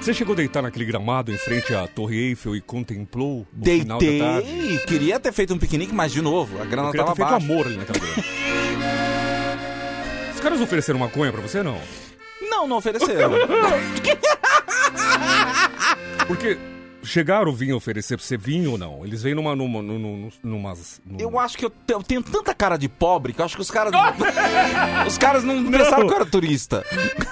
Você chegou a deitar naquele gramado em frente à Torre Eiffel e contemplou o final da tarde?
Deitei. Queria ter feito um piquenique, mas de novo, a
Eu
grana
queria
tava
ter feito
baixa.
amor ali naquela grama. Os caras ofereceram maconha pra você, não?
Não, não ofereceram.
Porque
Chegaram vinho oferecer pra você vinho ou não? Eles vêm numa. numa, numa, numa, numa, numa-
Eu acho que eu, te- eu tenho tanta cara de pobre que eu acho que os caras. os caras não, pensaram que eu era turista.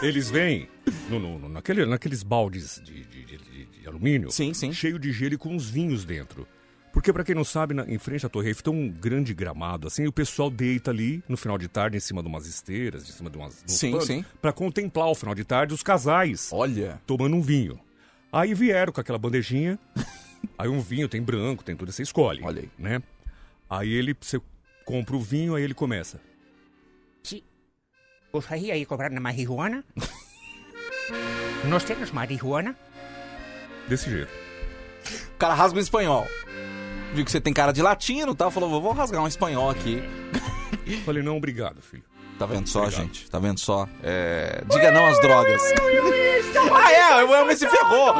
Eles vêm no, no- no- naquele, naqueles baldes de, de- de- de- de alumínio. Sim, sim. Cheio de gelo e com uns vinhos dentro. Porque, pra quem não sabe, na- em frente à Torre Eiffel tem um grande gramado, assim, e o pessoal deita ali no final de tarde em cima de umas esteiras, em cima de umas. uns
Sim,
panos,
sim.
Pra contemplar o final de tarde os casais.
Olha.
Tomando um vinho. Aí vieram com aquela bandejinha. aí um vinho tem branco, tem tudo, você escolhe. Olha aí. Né? Aí ele, você compra o vinho, aí ele começa.
Gostaria de comprar na marihuana? Nós temos marihuana?
Desse jeito.
O cara rasga um espanhol. Viu que você tem cara de latino e tal, falou, vou- vou rasgar um espanhol aqui.
Falei, não, obrigado, filho.
Tá vendo só, gente? Tá vendo só? É, Diga não às drogas.
Ah,
é, o Elmer se ferrou.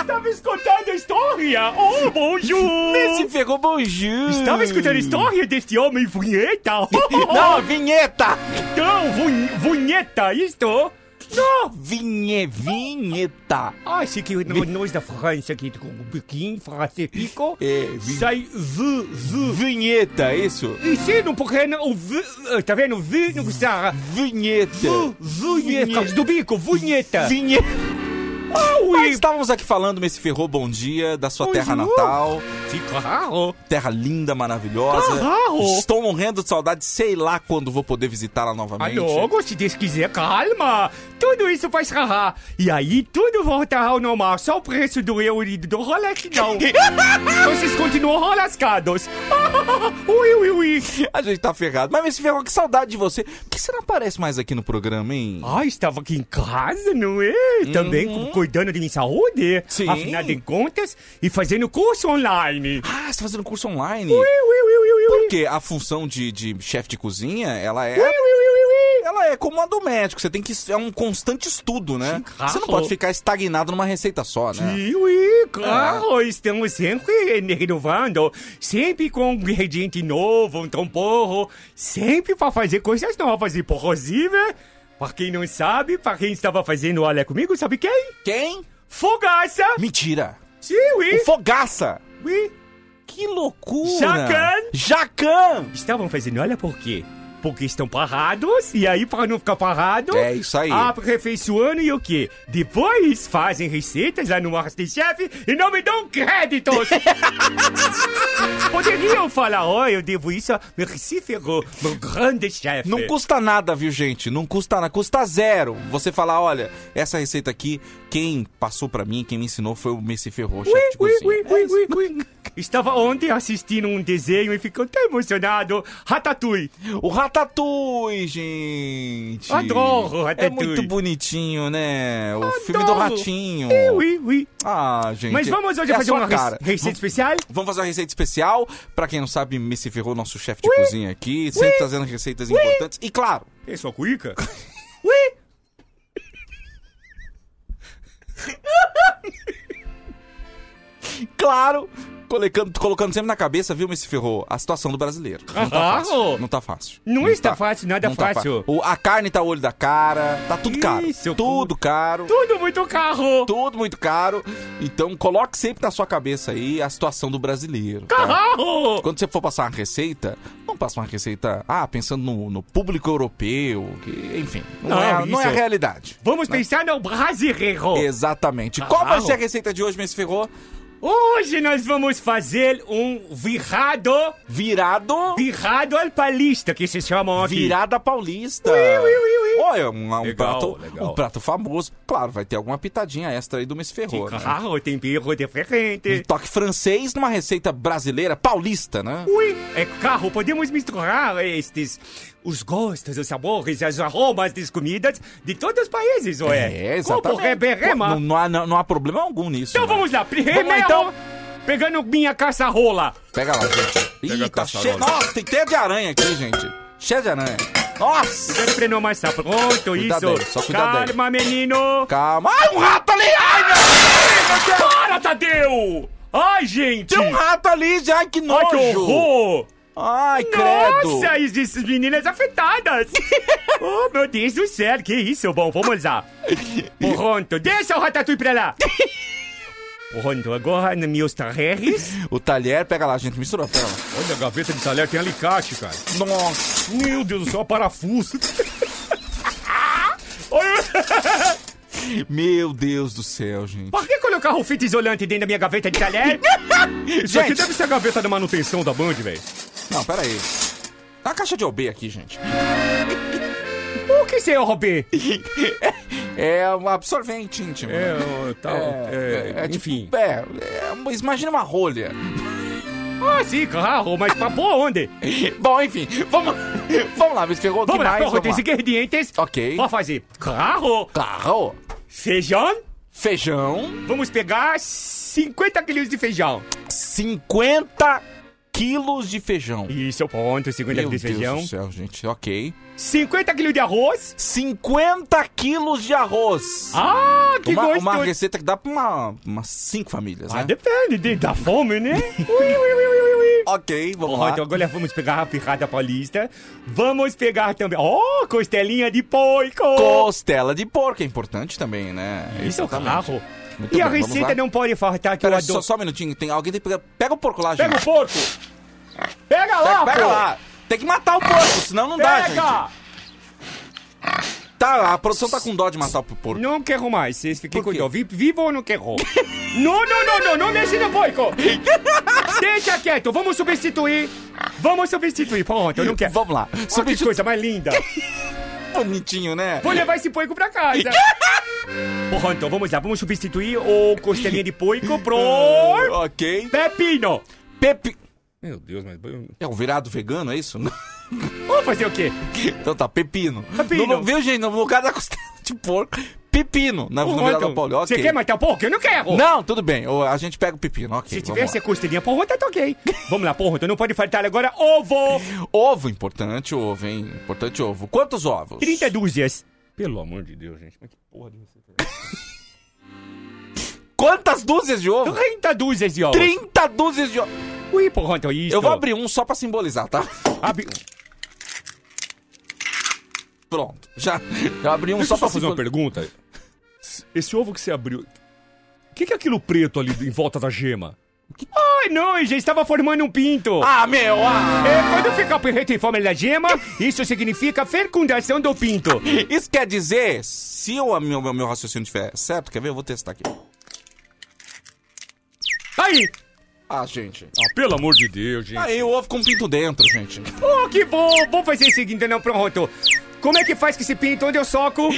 Estava escutando a história. Oh, bonjour.
Se ferrou, bonjour.
Estava escutando a história deste homem vinheta. Oh,
Não, vinheta.
Então, vun, vinheta, isto. Não.
Oh, Vinhe, vinheta.
Ah, se que no- nós da França aqui com o biquinho, francês pico, sai v, v.
É, Vinheta, isso?
Isso, não porque não, o v, eh, tá vendo? O V não gostava.
Vinheta.
V, vinheta. Do bico, vinheta.
Vinheta. Mas estávamos aqui falando, Messi Ferrou, bom dia, da sua terra natal. Terra linda, maravilhosa.
Claro.
Estou morrendo de saudade, sei lá quando vou poder visitá-la novamente.
Logo, se Deus quiser, calma! Tudo isso vai escarrar. E aí tudo voltará ao normal. Só o preço do euro e do Rolex não. Vocês continuam lascados. ui, ui, ui.
A gente tá ferrado. Mas, Messi Ferrou, que saudade de você. Por que você não aparece mais aqui no programa, hein?
Ah, estava aqui em casa, não é? Também cu- cuidando de minha saúde.
Sim.
Afinal de contas, e fazendo curso online.
Ah, você tá fazendo curso online? Porque a função de, de chefe de cozinha, ela é. Ela é como a do médico, você tem que. É um constante estudo, né?
claro.
Você não pode ficar estagnado numa receita só, né?
Sim, ui, claro, estamos sempre renovando, sempre com um ingrediente novo, um tamborro, sempre para fazer coisas novas. E, inclusive, para quem não sabe, para quem estava fazendo olha comigo, sabe quem?
Quem?
Fogaça!
Mentira!
Sim, ui!
O Fogaça!
Ui!
Que loucura!
Jacan!
Jacan!
Estavam fazendo olha por quê? Porque estão parados, e aí, para não ficar parado,
É isso aí.
aperfeiçoando e o quê? Depois fazem receitas lá no Masterchef e não me dão créditos! Poderiam falar, ó, eu devo isso a Merci Ferro, meu grande chefe.
Não custa nada, viu, gente? Não custa nada, custa zero. Você falar, olha, essa receita aqui, quem passou pra mim, quem me ensinou foi o Messi Ferro, chefe de cozinha. É
Ui, ui, ui, ui. Tipo assim. Estava ontem assistindo um desenho e ficou tão emocionado. Ratatouille.
O Ratatouille, gente.
Adoro o
É
Ratatouille.
muito bonitinho, né? O filme do
Adoro.
ratinho.
Ui, ui.
Ah, gente.
Mas vamos hoje
é a
fazer
sua
uma rece-
cara.
receita
Vamos-
especial?
Vamos fazer uma receita especial. Pra quem não sabe, Messi Ferrou, nosso chefe de cozinha aqui, sempre
Ui.
trazendo receitas
Ui.
importantes. E claro,
É sua cuica?
Ui!
claro, colocando, colocando sempre na cabeça, viu, Messi Ferrou, a situação do brasileiro. Não tá
Claro.
fácil. Não tá fácil.
Não está fácil, nada
Não tá
fácil.
fa- O- a carne tá olho da cara, tá tudo caro.
Isso,
tudo caro.
Tudo muito carro.
Tudo muito caro. Então coloque sempre na sua cabeça aí a situação do brasileiro. tá?
Carro!
Quando você for passar uma receita, não passa uma receita, ah, pensando no, no público europeu, que, enfim, não,
Não,
é, não é a
isso-
realidade.
Vamos pensar no brasileiro.
Exatamente. Qual vai
Claro.
ser a receita de hoje, Messi Ferrou?
Hoje nós vamos fazer um virado.
Virado?
Virado al palista, que se chamam aqui.
Virada paulista. Olha, um, um prato,
legal.
um prato famoso. Claro, vai ter alguma pitadinha extra aí do Messi Ferrou, né?
Claro, tempero diferente.
Um toque francês numa receita brasileira paulista, né?
Ui, é carro, podemos misturar estes, os gostos, os sabores, os aromas das comidas de todos os países, ué. É, Como reberema.
É, Não, não há, não, não há problema algum nisso.
Então
né?
vamos lá, primeiro,
então.
pegando minha caça-rola.
Pega lá, gente. Ih, tá cheio. Nossa, tem teia de aranha aqui, gente. Cheia de aranha. Nossa!
Cuidado pra não amassar. Pronto,
Cuidado
isso.
aí, só cuidado aí.
Calma, menino.
Calma. Ai, um rato ali! Ai, meu Deus! Meu Deus!
Para, Tadeu! Ai, gente!
Tem um rato ali já, que nojo!
Ai, que horror!
Ai, credo!
Nossa, isso- essas meninas afetadas! oh, meu Deus do céu, que isso? Bom, vamos lá. Pronto, deixa o Ratatouille pra lá. Pronto, agora nos meus talheres.
O talher, pega lá, a gente misturou. Pera lá.
Olha, a gaveta de talher tem alicate, cara.
Nossa.
Meu Deus do céu, parafuso.
Olha...
Meu Deus do céu, gente.
Por que colocar o fita isolante dentro da minha gaveta de talher?
Isso aqui deve ser a gaveta da manutenção da Band, velho.
Não, pera aí. Tá a caixa de OB aqui, gente.
O que é OB?
É um absorvente íntimo.
É,
né?
o tal, é, enfim.
Tipo, é, é uma- imagina uma rolha.
Ah, sim, claro, mas pra pôr
É
onde?
Bom, enfim, vamos, vamos lá, me pegou o que
Vamos lá,
mais.
porra, tem
lá.
ingredientes.
Ok.
Vou fazer carro,
Carro,
feijão.
feijão,
Vamos pegar 50 quilos de feijão.
50 quilos de feijão.
Isso, ponto, 50
Meu
quilos de
Deus
feijão.
do céu, gente, ok.
50 quilos de arroz.
50 quilos de arroz.
Ah, que
uma,
gostoso.
uma receita que dá pra uma, umas 5 famílias,
Ah,
né?
depende, de- da fome, né? Ui, ui, ui, ui, ui.
Ok, vamos
Ó,
lá.
então agora vamos pegar a pirrada paulista. Vamos pegar também. Oh, costelinha de porco!
Costela de porco é importante também, né?
Isso é o
Exatamente.
carro.
Muito
E a
bem, vamos
receita
lá.
não pode faltar que eu
Pera, só,
adoro.
só um minutinho, tem alguém tem que pegar. Pega o porco lá, gente.
Pega o porco! Pega
Pega,
lá,
pega
pô.
lá. Tem que matar o porco, senão não dá, gente.
Pega!
Tá, a produção tá com dó de matar o porco.
Não quero mais, vocês fiquem
Por
com
quê?
dó. Vi- Vivo ou não quero? não, não, não, não, não mexe no porco! Deixa quieto, vamos substituir. Vamos substituir, pronto, eu não quero.
Vamos lá.
Olha que
Substitui
coisa mais linda.
bonitinho, né?
Vou levar esse poico pra casa. Porra, então vamos lá, vamos substituir o costelinha de poico pro.
ok.
Pepino!
Pepe.
Meu Deus, mas...
É um virado vegano, é isso?
Vamos fazer o quê?
Então tá, pepino.
Pepino.
Não, viu, gente? No lugar da costela de porco, pepino. Na, no virado da Paulista.
Você
ok.
quer matar o porco? Eu não quero!
Não, tudo bem. Ô, A gente pega o pepino, ok.
Se
vamos
tivesse a
lá.
costelinha porra, tá ok. Vamos lá, porra, então não pode faltar agora ovo!
Ovo, importante ovo, hein? Importante ovo. Quantos ovos?
30 dúzias.
Pelo amor de Deus, gente. Mas que porra de receita é essa?
Quantas dúzias de ovo?
30 dúzias de ovos.
30 dúzias de ovo.
Ui, porra, então isso.
Eu vou abrir um só pra simbolizar, tá?
Abre- um,
Pronto. Já, já abri um
Deixa
só
eu só
pra
fazer uma
simbolizar.
pergunta. Esse ovo que você abriu... O que, que é aquilo preto ali em volta da gema?
Ai, não, eu já estava formando um pinto.
Ah, meu! Ah.
É, quando fica preto em forma da gema, isso significa fecundação do pinto.
Isso quer dizer, se o meu, meu, meu raciocínio estiver certo, quer ver? Eu vou testar aqui.
Aí!
Ah, gente.
Ah, pelo amor de Deus, gente.
Aí o ovo com pinto dentro, gente.
Oh, que bom! Vou fazer o seguinte, não, pronto. Como é que faz com esse pinto? Onde eu soco?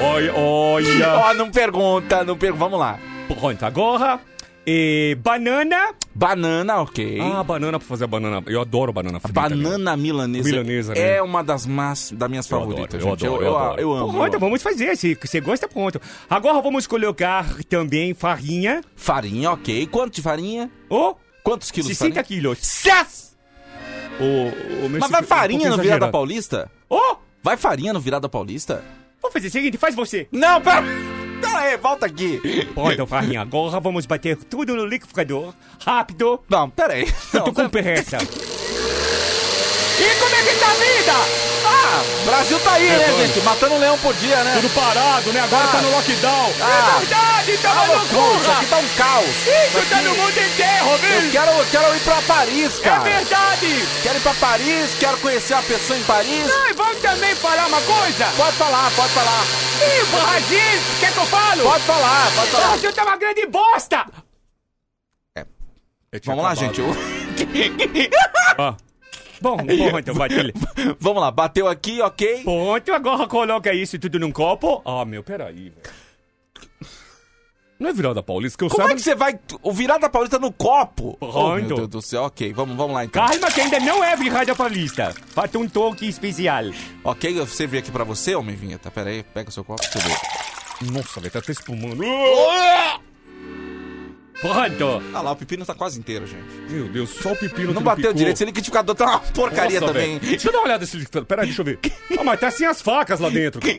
Olha, olha.
Ó, não pergunta, não pergunta. Vamos lá.
Pronto,
Agora, eh, banana.
Banana, ok.
Ah, banana pra fazer a banana. Eu adoro banana frita.
Banana milanesa,
Milanesa, né?
é uma das, más, das minhas
Eu
favoritas,
adoro, eu
gente.
adoro, eu adoro.
eu amo. eu
Pronto,
amo.
vamos fazer. Se você gosta, pronto. Agora vamos colocar também farinha.
Farinha, ok. Quanto de farinha?
Oh,
Quantos quilos de
60
farinha?
quilos.
Yes!
O, o meu
Mas vai
secre- um
farinha
pouquinho
no Virada
exagerado.
Paulista?
Oh,
Vai farinha no Virada Paulista?
vou fazer o seguinte, faz você.
Não, pera... Pera aí, volta aqui.
Pronto, farinha. Agora vamos bater tudo no liquidificador. Rápido.
Não, pera aí.
Eu tô com pressa. E como é que tá a vida?
Ah, Brasil tá aí, né, gente? Matando um leão por dia, né?
Tudo parado, né? Agora
Ah.
tá no lockdown.
Ah.
É verdade, tá
Tá
uma
loucura, isso
loucura.
aqui tá um caos.
Isso tá no mundo inteiro,
Eu
viu?
quero, eu quero ir pra Paris,
É
cara.
verdade.
Quero ir pra Paris, quero conhecer uma pessoa em Paris.
Ai, vamos também falar uma coisa.
Pode falar, pode falar.
Ih, o Brasil, quer que eu falo?
Pode falar, pode
O
falar.
Brasil tá uma grande bosta.
É. Eu tinha
Vamos lá,
acabado.
gente. eu-
Ah,
Bom, bom, então vai ter...
Vamos lá, bateu aqui, ok?
Pronto, agora coloca isso tudo num copo.
ah, meu, peraí, velho. Não é virada paulista que eu
Como
saiba.
é que você vai. O virada paulista no copo? Oh, meu
Pronto.
Deus do céu, ok, vamos, vamos lá então.
Calma que ainda não é virada paulista. Falta um toque especial.
Ok, eu servi aqui pra você, homem vinheta. Pera aí, pega seu copo, deixa eu ver.
Nossa, velho, tá até espumando.
Pronto.
Ah lá, o pepino tá quase inteiro, gente.
Meu Deus, só o pepino que
Não bateu
picou.
direito, esse liquidificador tá uma porcaria
Nossa,
também.
velho. Deixa eu dar uma olhada nesse
tá-
liquidificador. Peraí, deixa eu ver. Ah, mas tá
assim
sem as facas lá dentro. cara.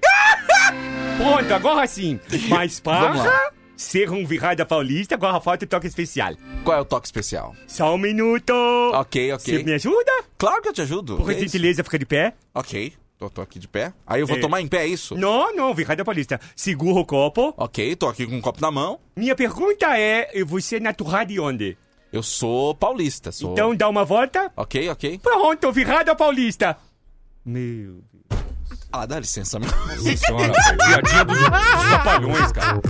Pronto, agora sim. Mas
Vamos lá.
para ser um virada paulista, agora falta o toque especial.
Qual é o toque especial?
Só um minuto.
Ok,
Você
ok.
me ajuda?
Claro que eu te ajudo.
Por
É isso.
gentileza, fica de pé.
Ok. Tô, tô aqui de pé. Aí eu vou
É.
tomar em pé, é isso?
Não, não, virada paulista. Segura o copo.
Ok, tô aqui com o copo na mão.
Minha pergunta é: você é natural de onde?
Eu sou paulista, sou.
Então dá uma volta.
Ok, ok.
Pronto, virada paulista.
Meu Deus. Ah, dá licença, meu.
Nossa senhora, velho. Piadinha dos, dos trapalhões, cara.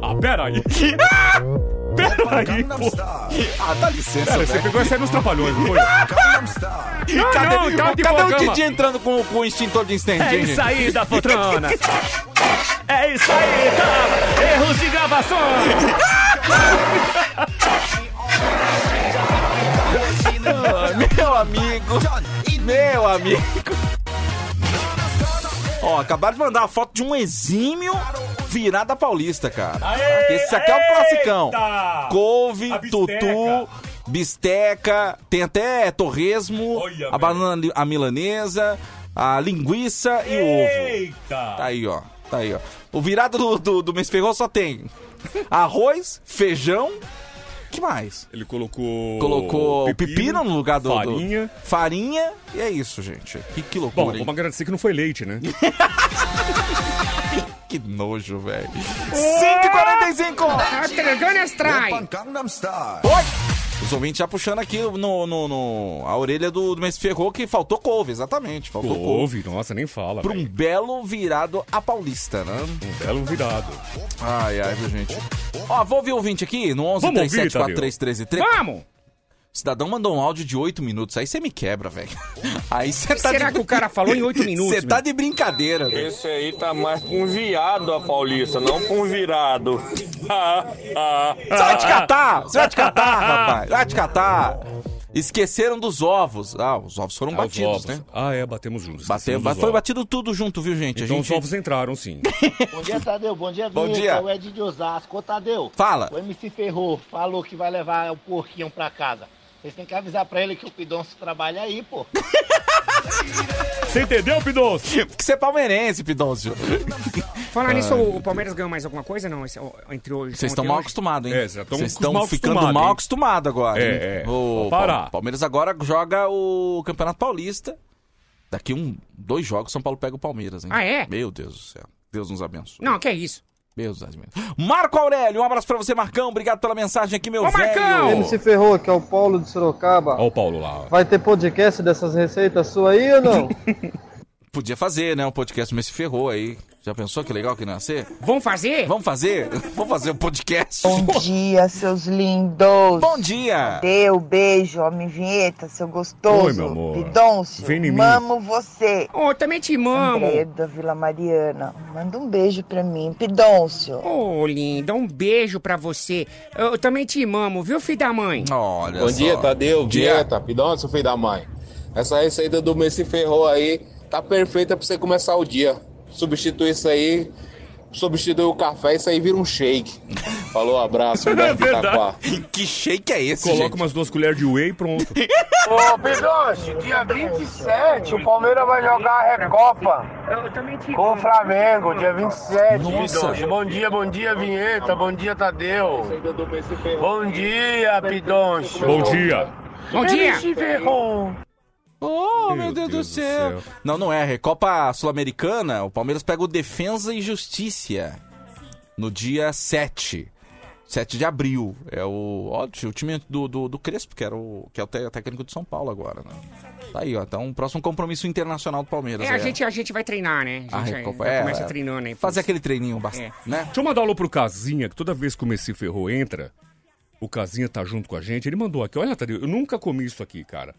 Ah, pera aí.
Pera aí, pô.
Ah, dá licença,
Pera, você
velho.
pegou essa nos trapalhões, não foi? Não,
Cadê,
não, tá de
cadê o
bocama.
Didi entrando com, com o extintor de incêndio?
É
hein,
isso
gente?
aí, da poltrona.
É isso aí, tá? Erros de gravação.
Ah, meu amigo. Meu amigo. Ó, acabaram de mandar uma foto de um exímio virada paulista, cara. Esse aqui é o classicão. Couve, tutu, bisteca, tem até torresmo, a banana li- a milanesa, a linguiça e o ovo. Tá aí, ó. Tá aí, ó. O virado do, do, do mês ferrou só tem arroz, feijão. que mais?
Ele colocou.
Colocou o pepino no lugar do. do-
Farinha.
farinha. E é isso, gente. Que, que loucura.
Bom,
hein?
vamos agradecer que não foi leite, né?
Que nojo, velho.
145! Dragonas trai!
Oi! Os ouvintes já puxando aqui no, no, no- a orelha do, do Mês Ferrou que faltou couve, exatamente. Faltou couve.
Ouve, nossa, nem fala.
Pra um
velho.
belo virado a paulista, né? Um
belo virado.
Ai, ai, viu, gente? Ó, vou ouvir o ouvinte aqui no 11
Vamos ouvir, Ah!
37 4313.
Vamos!
Cidadão mandou um áudio de 8 minutos. Aí você me quebra, velho. Aí você tá
será
de...
que o cara falou em oito minutos,
Você tá de brincadeira, velho.
Esse aí tá mais com viado a Paulista, não com virado.
Ah,
Você vai te catar! Você vai te catar, rapaz! Vai te catar! Esqueceram dos ovos. Ah, os ovos foram
Ah, os
batidos,
ovos.
né?
Ah, é, batemos juntos.
Bateu,
esquecemos
ba-
os
foi
ovos.
batido tudo junto, viu, gente? A
Então os
gente-
ovos entraram, sim.
Bom dia, Tadeu. Bom dia,
Bom
Vinheta. É
dia.
O Ed de Osasco. Ô, Tadeu.
Fala.
O MC Ferrou falou que vai levar o porquinho pra casa. Vocês têm que avisar pra ele que o Pidonço trabalha aí, pô.
Você entendeu, Pidoncio?
Porque você é palmeirense, Pidoncio.
Falar
Ai,
nisso,
meu
o Palmeiras ganhou mais alguma coisa? Não, esse- o- entre hoje.
Vocês estão mal acostumados, hein?
É, já tão
Vocês
com- mal
estão ficando
acostumado,
mal
hein?
acostumados agora,
É,
hein?
é.
O
Pode parar.
Pal- Palmeiras agora joga o Campeonato Paulista. Daqui um, dois jogos, São Paulo pega o Palmeiras, hein?
Ah, é?
Meu Deus do céu. Deus nos abençoe.
Não, que isso?
Deus nos abençoe. Marco Aurélio, um abraço pra você, Marcão. Obrigado pela mensagem aqui, meu velho.
MC Ferrou, que é o Paulo de Sorocaba.
Olha o Paulo lá.
Vai ter podcast dessas receitas sua aí ou não?
Podia fazer, né? Um podcast, mas se ferrou aí. Já pensou que legal que não ia ser?
Vamos fazer?
Vamos fazer? Vamos fazer um podcast.
Bom dia, seus lindos.
Bom dia.
Deu beijo, homem vinheta, seu gostoso.
Oi, meu amor.
Pidoncio,
Vem em mim.
mamo você.
Oh, também te mamo.
Andréia da Vila Mariana, manda um beijo pra mim, Pidoncio.
Ô, linda, um beijo pra você. Eu também te mamo, viu, filho da mãe?
Olha
Bom dia, Tadeu, Dieta, Pidoncio, filho da mãe. Essa receita do Messi Ferrou aí tá perfeita pra você começar o dia. Substitui isso aí, substitui o café, isso aí vira um shake. Falou, abraço, um
É
beijo, Itaquá.
Que shake é esse,
Coloca umas duas colheres de whey e pronto.
Ô, Pedroche, dia 27, o Palmeiras vai jogar a Recopa com o
É,
Flamengo, dia 27.
Nossa.
Pidoncio. Bom dia, bom dia, Vinheta, bom dia, Tadeu. Bom dia, Pidoncio.
Bom dia.
Bom dia.
Ele se ferrou.
Oh, meu, Deus, do céu. Não, não é. Recopa Sul-Americana, o Palmeiras pega o Defensa e Justiça no dia 7. 7 de abril. É o, ó, o time do, do, do Crespo, que, era o, que é o té- técnico de São Paulo agora, né? Tá aí, ó. Então, um próximo compromisso internacional do Palmeiras.
É,
aí,
a
ó.
gente, a gente vai treinar, né?
A
A gente
Recopa-
vai-
é,
começa
é.
treinando aí.
Fazer aquele treininho bastante.
É.
Né?
Deixa eu mandar um alô pro Casinha, que toda vez que o Messi Ferrou entra, o Casinha tá junto com a gente. Ele mandou aqui: Olha, Tadeu, eu nunca comi isso aqui, cara.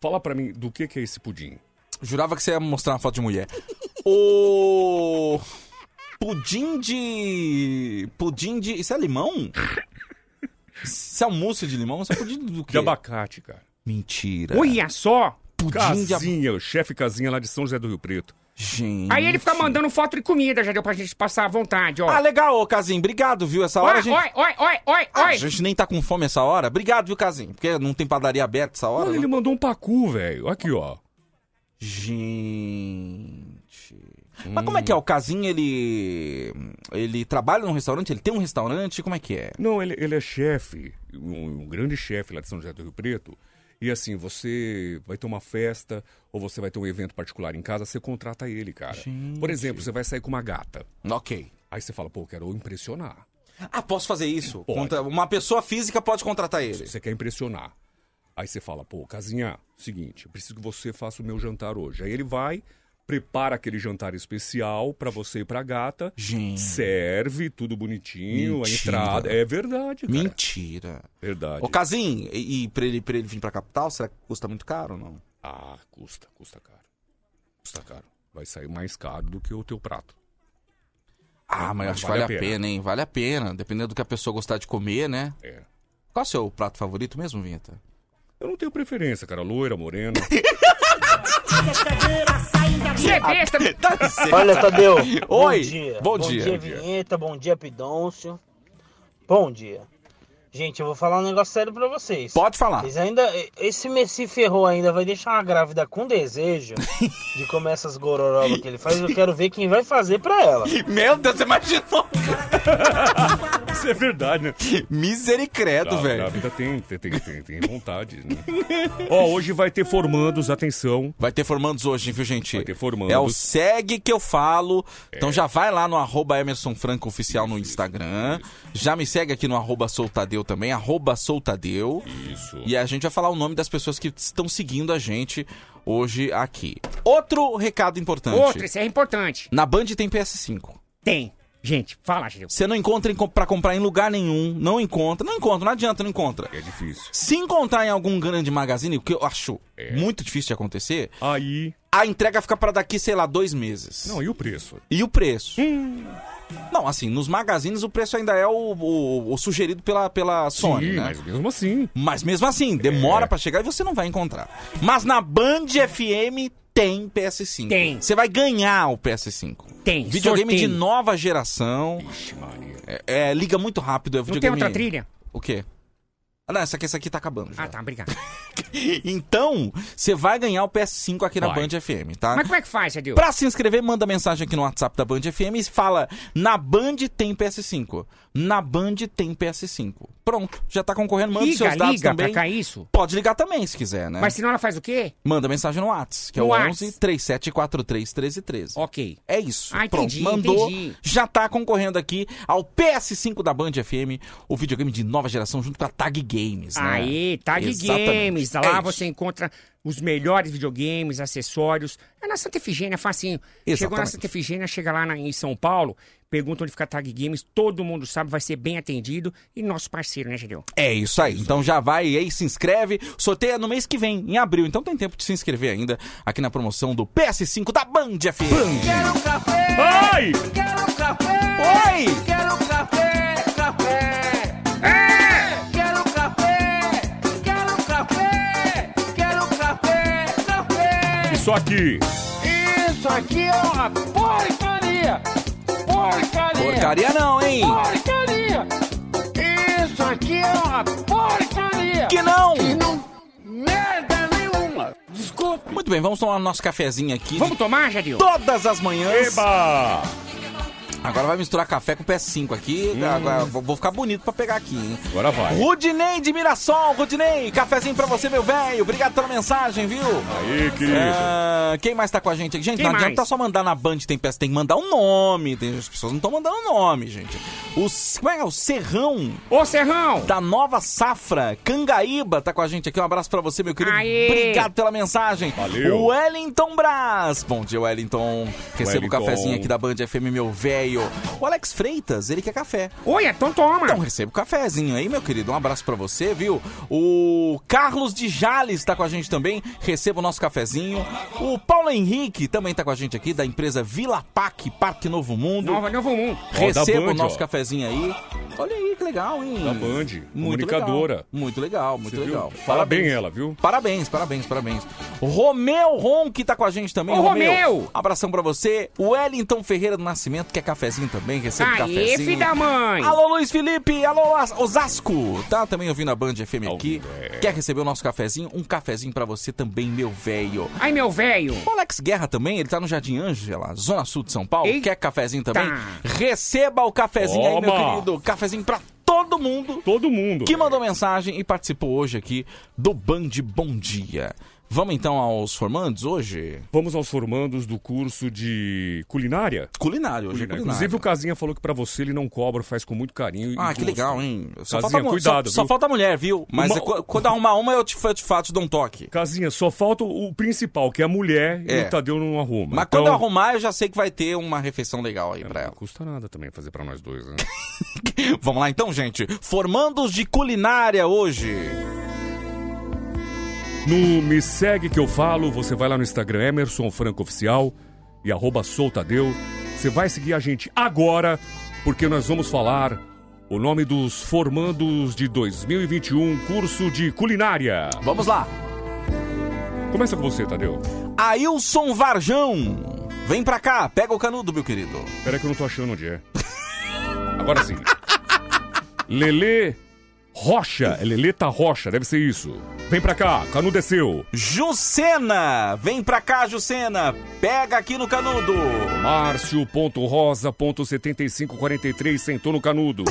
Fala pra mim do que, que é esse pudim.
Jurava que você ia mostrar uma foto de mulher. O. Pudim de. Pudim de. Isso é limão? Isso é um mousse de limão? Isso é pudim do quê? De
abacate, cara.
Mentira.
Olha só!
Pudim de ab-
Casinha, o chefe Casinha lá de São José do Rio Preto.
Gente.
Aí ele fica mandando foto de comida, já deu pra gente passar à vontade, ó.
Ah, legal, ô Casim. Obrigado, viu? Essa
Oi,
hora a gente.
oi, oi, oi, oi,
A
oi.
gente nem tá com fome essa hora. Obrigado, viu, Casim? Porque não tem padaria aberta essa hora.
Olha,
né?
ele mandou um pacu, velho. Aqui, ó.
Gente. Mas como é
Hum.
que é? O Casim, ele. Ele trabalha num restaurante? Ele tem um restaurante? Como é que é?
Não, ele, ele é chefe, um, um grande chefe lá de São José do Rio Preto. E assim, você vai ter uma festa ou você vai ter um evento particular em casa, você contrata ele, cara. Por exemplo, você vai sair com uma gata.
Ok.
Aí você fala, pô, eu quero impressionar.
Ah, posso fazer isso? Contra- Uma pessoa física pode contratar ele.
Você quer impressionar. Aí você fala, pô, casinha, seguinte, eu preciso que você faça o meu jantar hoje. Aí ele vai, prepara aquele jantar especial pra você e pra gata.
Gente.
Serve, tudo bonitinho,
Mentira.
a entrada. É verdade, cara.
Mentira.
Verdade.
Ô, Casim, e, e pra, ele, pra ele vir pra capital, será que custa muito caro ou não?
Ah, custa, custa caro. Custa caro. Vai sair mais caro do que o teu prato.
Ah, mas eu acho que vale, a pena. hein? Vale a pena. Dependendo do que a pessoa gostar de comer, né?
É.
Qual é o seu prato favorito mesmo, Vinheta?
Eu não tenho preferência, cara. Loira, morena.
Olha, Tadeu.
Ah, Oi,
Bom dia.
bom
Bom
dia.
dia,
Bom dia.
Vinheta. Bom dia, Pidoncio. Bom dia. Gente, eu vou falar um negócio sério pra vocês.
Pode falar.
Vocês ainda, esse Messi ferrou ainda vai deixar uma grávida com desejo de comer essas gororobas que ele faz. Eu quero ver quem vai fazer pra ela.
Meu Deus, você imaginou?
Isso é verdade, né?
Misericredo,
A-
velho.
A vida tem, tem, tem, tem, tem vontade, né? Ó, hoje vai ter formandos, atenção.
Vai ter formandos hoje, viu, gente?
Vai ter formandos. É.
É o segue que eu falo. Então já vai lá no arroba Emerson Franco Oficial no Instagram. Já me segue aqui no arroba Soltadeu também, arroba Soltadeu.
Isso.
E a gente vai falar o nome das pessoas que estão seguindo a gente hoje aqui. Outro recado importante.
Outro, isso é importante.
Na Band tem PS5.
Tem. Gente, fala, Gil.
Você não encontra em, pra comprar em lugar nenhum. Não encontra. Não encontra, não adianta, não encontra.
É difícil.
Se encontrar em algum grande magazine, o que eu acho
É.
muito difícil de acontecer,
aí
a entrega fica pra daqui, sei lá, dois meses.
Não, e o preço?
E o preço?
Hum.
Não, assim, nos magazines o preço ainda é o, o- o sugerido pela, pela Sony, né?
mas mesmo assim.
Mas mesmo assim,
É.
demora pra chegar e você não vai encontrar. Mas na Band FM tem PS5. Tem. Você vai ganhar o PS5.
Tem.
Videogame
sorteio.
de nova geração. É, é, liga muito rápido, é
Não tem
videogame...
outra trilha?
O quê? Ah, não, essa aqui, essa aqui tá acabando já.
Ah, tá, obrigado.
Então, você vai ganhar o PS5 aqui na
Vai.
Band FM, tá?
Mas como é que faz, Adil?
Pra se inscrever, manda mensagem aqui no WhatsApp da Band FM e fala: Na Band tem PS5. Na Band tem PS5. Pronto, já tá concorrendo, manda os
Liga,
seus dados
liga
também.
pra cá isso.
Pode ligar também, se quiser, né?
Mas senão ela faz o quê?
Manda mensagem no WhatsApp, que é
No
o
Whats.
11 3743 1313.
Ok.
É isso.
Ah,
Pronto,
entendi,
mandou.
entendi.
Já tá concorrendo aqui ao PS5 da Band FM, o videogame de nova geração, junto com a Tag Games, né?
Aí, Tag
Exatamente.
Games.
É
Lá
isso.
você encontra os melhores videogames, acessórios. É na Santa Efigênia, facinho. Chegou na
Exatamente.
Santa Efigênia, chega lá na- em São Paulo, pergunta onde fica a Tag Games, todo mundo sabe, vai ser bem atendido. E nosso parceiro, né, Gideu?
É isso aí. Então já vai aí, se inscreve. Sorteio é no mês que vem, em abril. Então tem tempo de se inscrever ainda aqui na promoção do PS5 da Band FM.
Quero um café!
Ai!
Quero um café!
Oi!
Quero café, café! É! Quero café! Quero café! Quero café, café!
Isso aqui.
Isso aqui é uma porcaria! Porcaria!
Porcaria não, hein?
Porcaria! Isso aqui é uma porcaria!
Que não!
Que não... Merda nenhuma! Desculpe!
Muito bem, vamos tomar nosso cafezinho aqui.
Vamos tomar, Jadil?
Todas as manhãs.
Eba!
Agora vai misturar café com PS5 aqui. Agora vou vou ficar bonito pra pegar aqui, hein?
Agora vai.
Rudinei de Mirassol, Rudinei, cafezinho pra você, meu velho. Obrigado pela mensagem, viu?
Aí, querido.
Ah, quem mais tá com a gente aqui? Gente,
Quem
não
mais?
adianta só mandar na Band tem peça, tem que mandar um nome. Tem- as pessoas não estão mandando nome, gente. O, C- como é que é? O Serrão.
Ô, Serrão!
Da Nova Safra, Cangaíba, tá com a gente aqui. Um abraço pra você, meu querido.
Aê!
Obrigado pela mensagem.
Valeu.
O Wellington Brás. Bom dia, Wellington. Receba o
Wellington.
cafezinho aqui da Band FM, meu velho. O Alex Freitas, ele quer café.
Oi, então toma!
Então receba o cafezinho aí, meu querido. Um abraço pra você, viu? O Carlos de Jales tá com a gente também. Receba o nosso cafezinho. O Paulo Henrique também tá com a gente aqui, da empresa Vila Pac, Parque Novo Mundo.
Nova Novo Mundo.
Receba
Ó, da Band,
o nosso
ó.
cafezinho aí. Olha aí, que legal, hein?
Da Band,
Muito
comunicadora.
legal. Muito legal, muito
Você viu?
legal.
Fala bem ela, viu?
Parabéns, parabéns, parabéns. Romeu Ron, que tá com a gente também.
Ô, Romeu!
Abração pra você. O Wellington Ferreira do Nascimento, que é cafezinho também. Receba o
Aê,
cafezinho.
filho da mãe!
Alô, Luiz Felipe! Alô, As- Osasco! Tá também ouvindo a Band FM aqui.
é.
Quer receber o nosso cafezinho? Um cafezinho pra você também, meu velho.
Ai, meu velho!
O Alex Guerra também, ele tá no Jardim Ângela, Zona Sul de São Paulo.
Eita!
Quer cafezinho também? Receba o cafezinho aí, meu
Toma!
querido. Cafezinho pra todo todo mundo.
Todo mundo.
Que mandou mensagem e participou hoje aqui do Band Bom Dia. Vamos então aos formandos hoje?
Vamos aos formandos do curso de culinária.
Culinário, hoje é culinário.
Inclusive o Casinha falou que pra você ele não cobra, faz com muito carinho. e
Ah, que
gosto.
legal, hein? Só
Casinha,
falta, mu-
cuidado,
só, só
viu?
falta mulher, viu? Mas
Uma-
é qu- quando arrumar uma, eu te, eu te faço, te dou um toque.
Casinha, só falta o principal, que é a mulher,
É.
e o Tadeu não arruma.
Mas
Então,
quando eu arrumar, eu já sei que vai ter uma refeição legal aí pra ela.
Não custa nada também fazer pra nós dois, né?
Vamos lá então, gente. Formandos de culinária hoje.
No Me Segue Que Eu Falo, você vai lá no Instagram Emerson Franco Oficial e arroba Soltadeu. Você vai seguir a gente agora, porque nós vamos falar o nome dos formandos de 2021, curso de culinária.
Vamos lá.
Começa com você, Tadeu.
Ailson Varjão. Vem pra cá, pega o canudo, meu querido.
Peraí que eu não tô achando onde é. Agora sim. Lelê Rocha. É Leleta Rocha, deve ser isso. Vem pra cá, canudo é seu.
Jucena, vem pra cá, Jucena. Pega aqui no canudo.
Márcio.rosa.7543 sentou no canudo.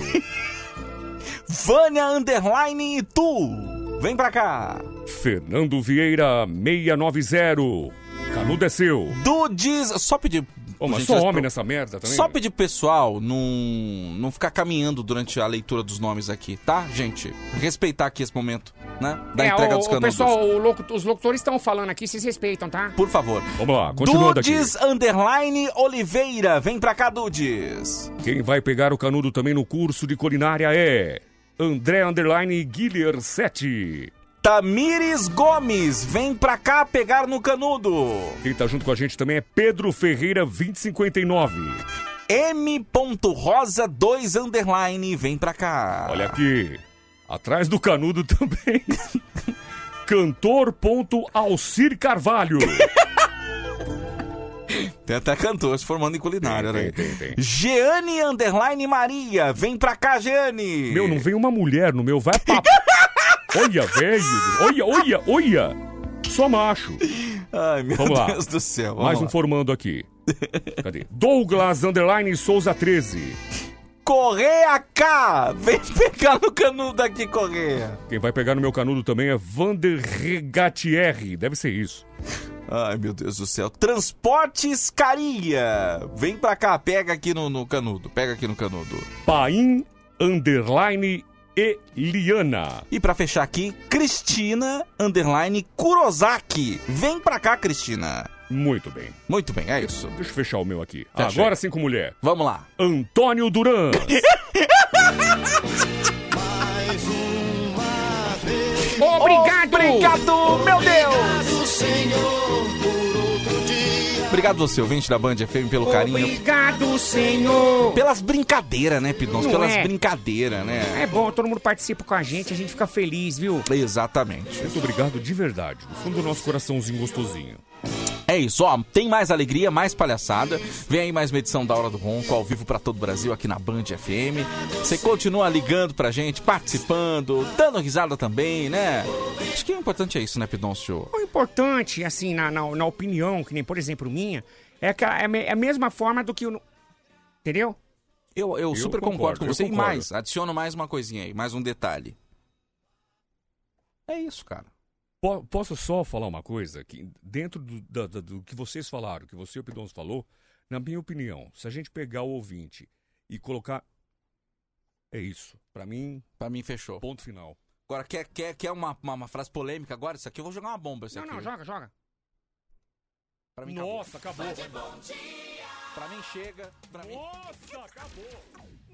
Vânia Underline e tu. Vem pra cá.
Fernando Vieira 690. Canudo é seu.
Dudes, só pedir.
Ô, mas
gente,
só
nós-
homem nessa merda também?
Só pedir pro pessoal não, não ficar caminhando durante a leitura dos nomes aqui, tá, gente? Respeitar aqui esse momento, né? Da
É,
entrega
o-
dos
o
canudos.
pessoal, o locu- os locutores estão falando aqui, vocês respeitam, tá?
Por favor.
Vamos lá, continuando aqui.
Dudes Underline Oliveira. Vem pra cá, Dudes.
Quem vai pegar o canudo também no curso de culinária é André Underline Guilher 7.
Tamires Gomes. Vem pra cá pegar no canudo.
Quem tá junto com a gente também é Pedro Ferreira 2059.
M.Rosa2 Underline. Vem pra cá.
Olha aqui. Atrás do canudo também. Cantor.alcir Carvalho.
Tem até cantor se formando em culinária,
Tem,
né?
tem, tem, tem.
Jeane Underline Maria. Vem pra cá, Jeane.
Meu, não vem uma mulher no meu, vai papo. olha, velho. Olha, olha, olha. Só macho.
Ai, meu
Vamos lá.
Deus do céu.
Mais
vamos
um
lá.
formando aqui. Cadê? Douglas Underline Souza 13.
Correia K. Vem pegar no canudo aqui, Correia.
Quem vai pegar no meu canudo também é Vander Regatier. Deve ser isso.
Ai, meu Deus do céu. Transportes Caria. Vem pra cá, pega aqui no, no canudo. Pega aqui no canudo.
Paim Underline Eliana.
E pra fechar aqui, Cristina Underline Kurosaki. Vem pra cá, Cristina.
Muito bem.
Muito bem, é isso.
Deixa eu fechar o meu aqui.
Fechei.
Agora sim com mulher.
Vamos lá.
Antônio Duran.
Obrigado!
Obrigado, meu Deus!
Senhor,
Obrigado você, ouvinte da Band FM, pelo carinho.
Obrigado, Senhor!
Pelas brincadeiras, né, Pidoncio?
Não
Pelas
é.
brincadeiras, né?
É bom, todo mundo participa com a gente, a gente fica feliz, viu?
Exatamente.
Muito obrigado de verdade. Do fundo do nosso coraçãozinho gostosinho.
É isso, ó. Tem mais alegria, mais palhaçada. Vem aí mais uma edição da Hora do Ronco, ao vivo pra todo o Brasil, aqui na Band FM. Você continua ligando pra gente, participando, dando risada também, né? Acho que o importante é isso, né, Pidoncio?
O importante, assim, na, na, na opinião, que nem, por exemplo, minha, é, que é, a me- é a mesma forma do que o... Entendeu?
Eu, eu,
Eu
super
concordo,
concordo, com
eu
você. E
concordo.
mais, adiciono mais uma coisinha aí, mais um detalhe. É isso, cara.
Po- Posso só falar uma coisa? Que dentro do, da- da- do que vocês falaram, que você e o Pidons falou, na minha opinião, se a gente pegar o ouvinte e colocar. É isso. Pra mim,
Pra mim, fechou.
ponto final.
Agora, quer, quer, quer uma, uma, uma frase polêmica agora? Isso aqui eu vou jogar uma bomba. Isso
Não,
aqui.
não, joga, joga.
Pra mim, acabou.
Nossa, acabou.
Pra mim chega. Pra mim.
Nossa, acabou.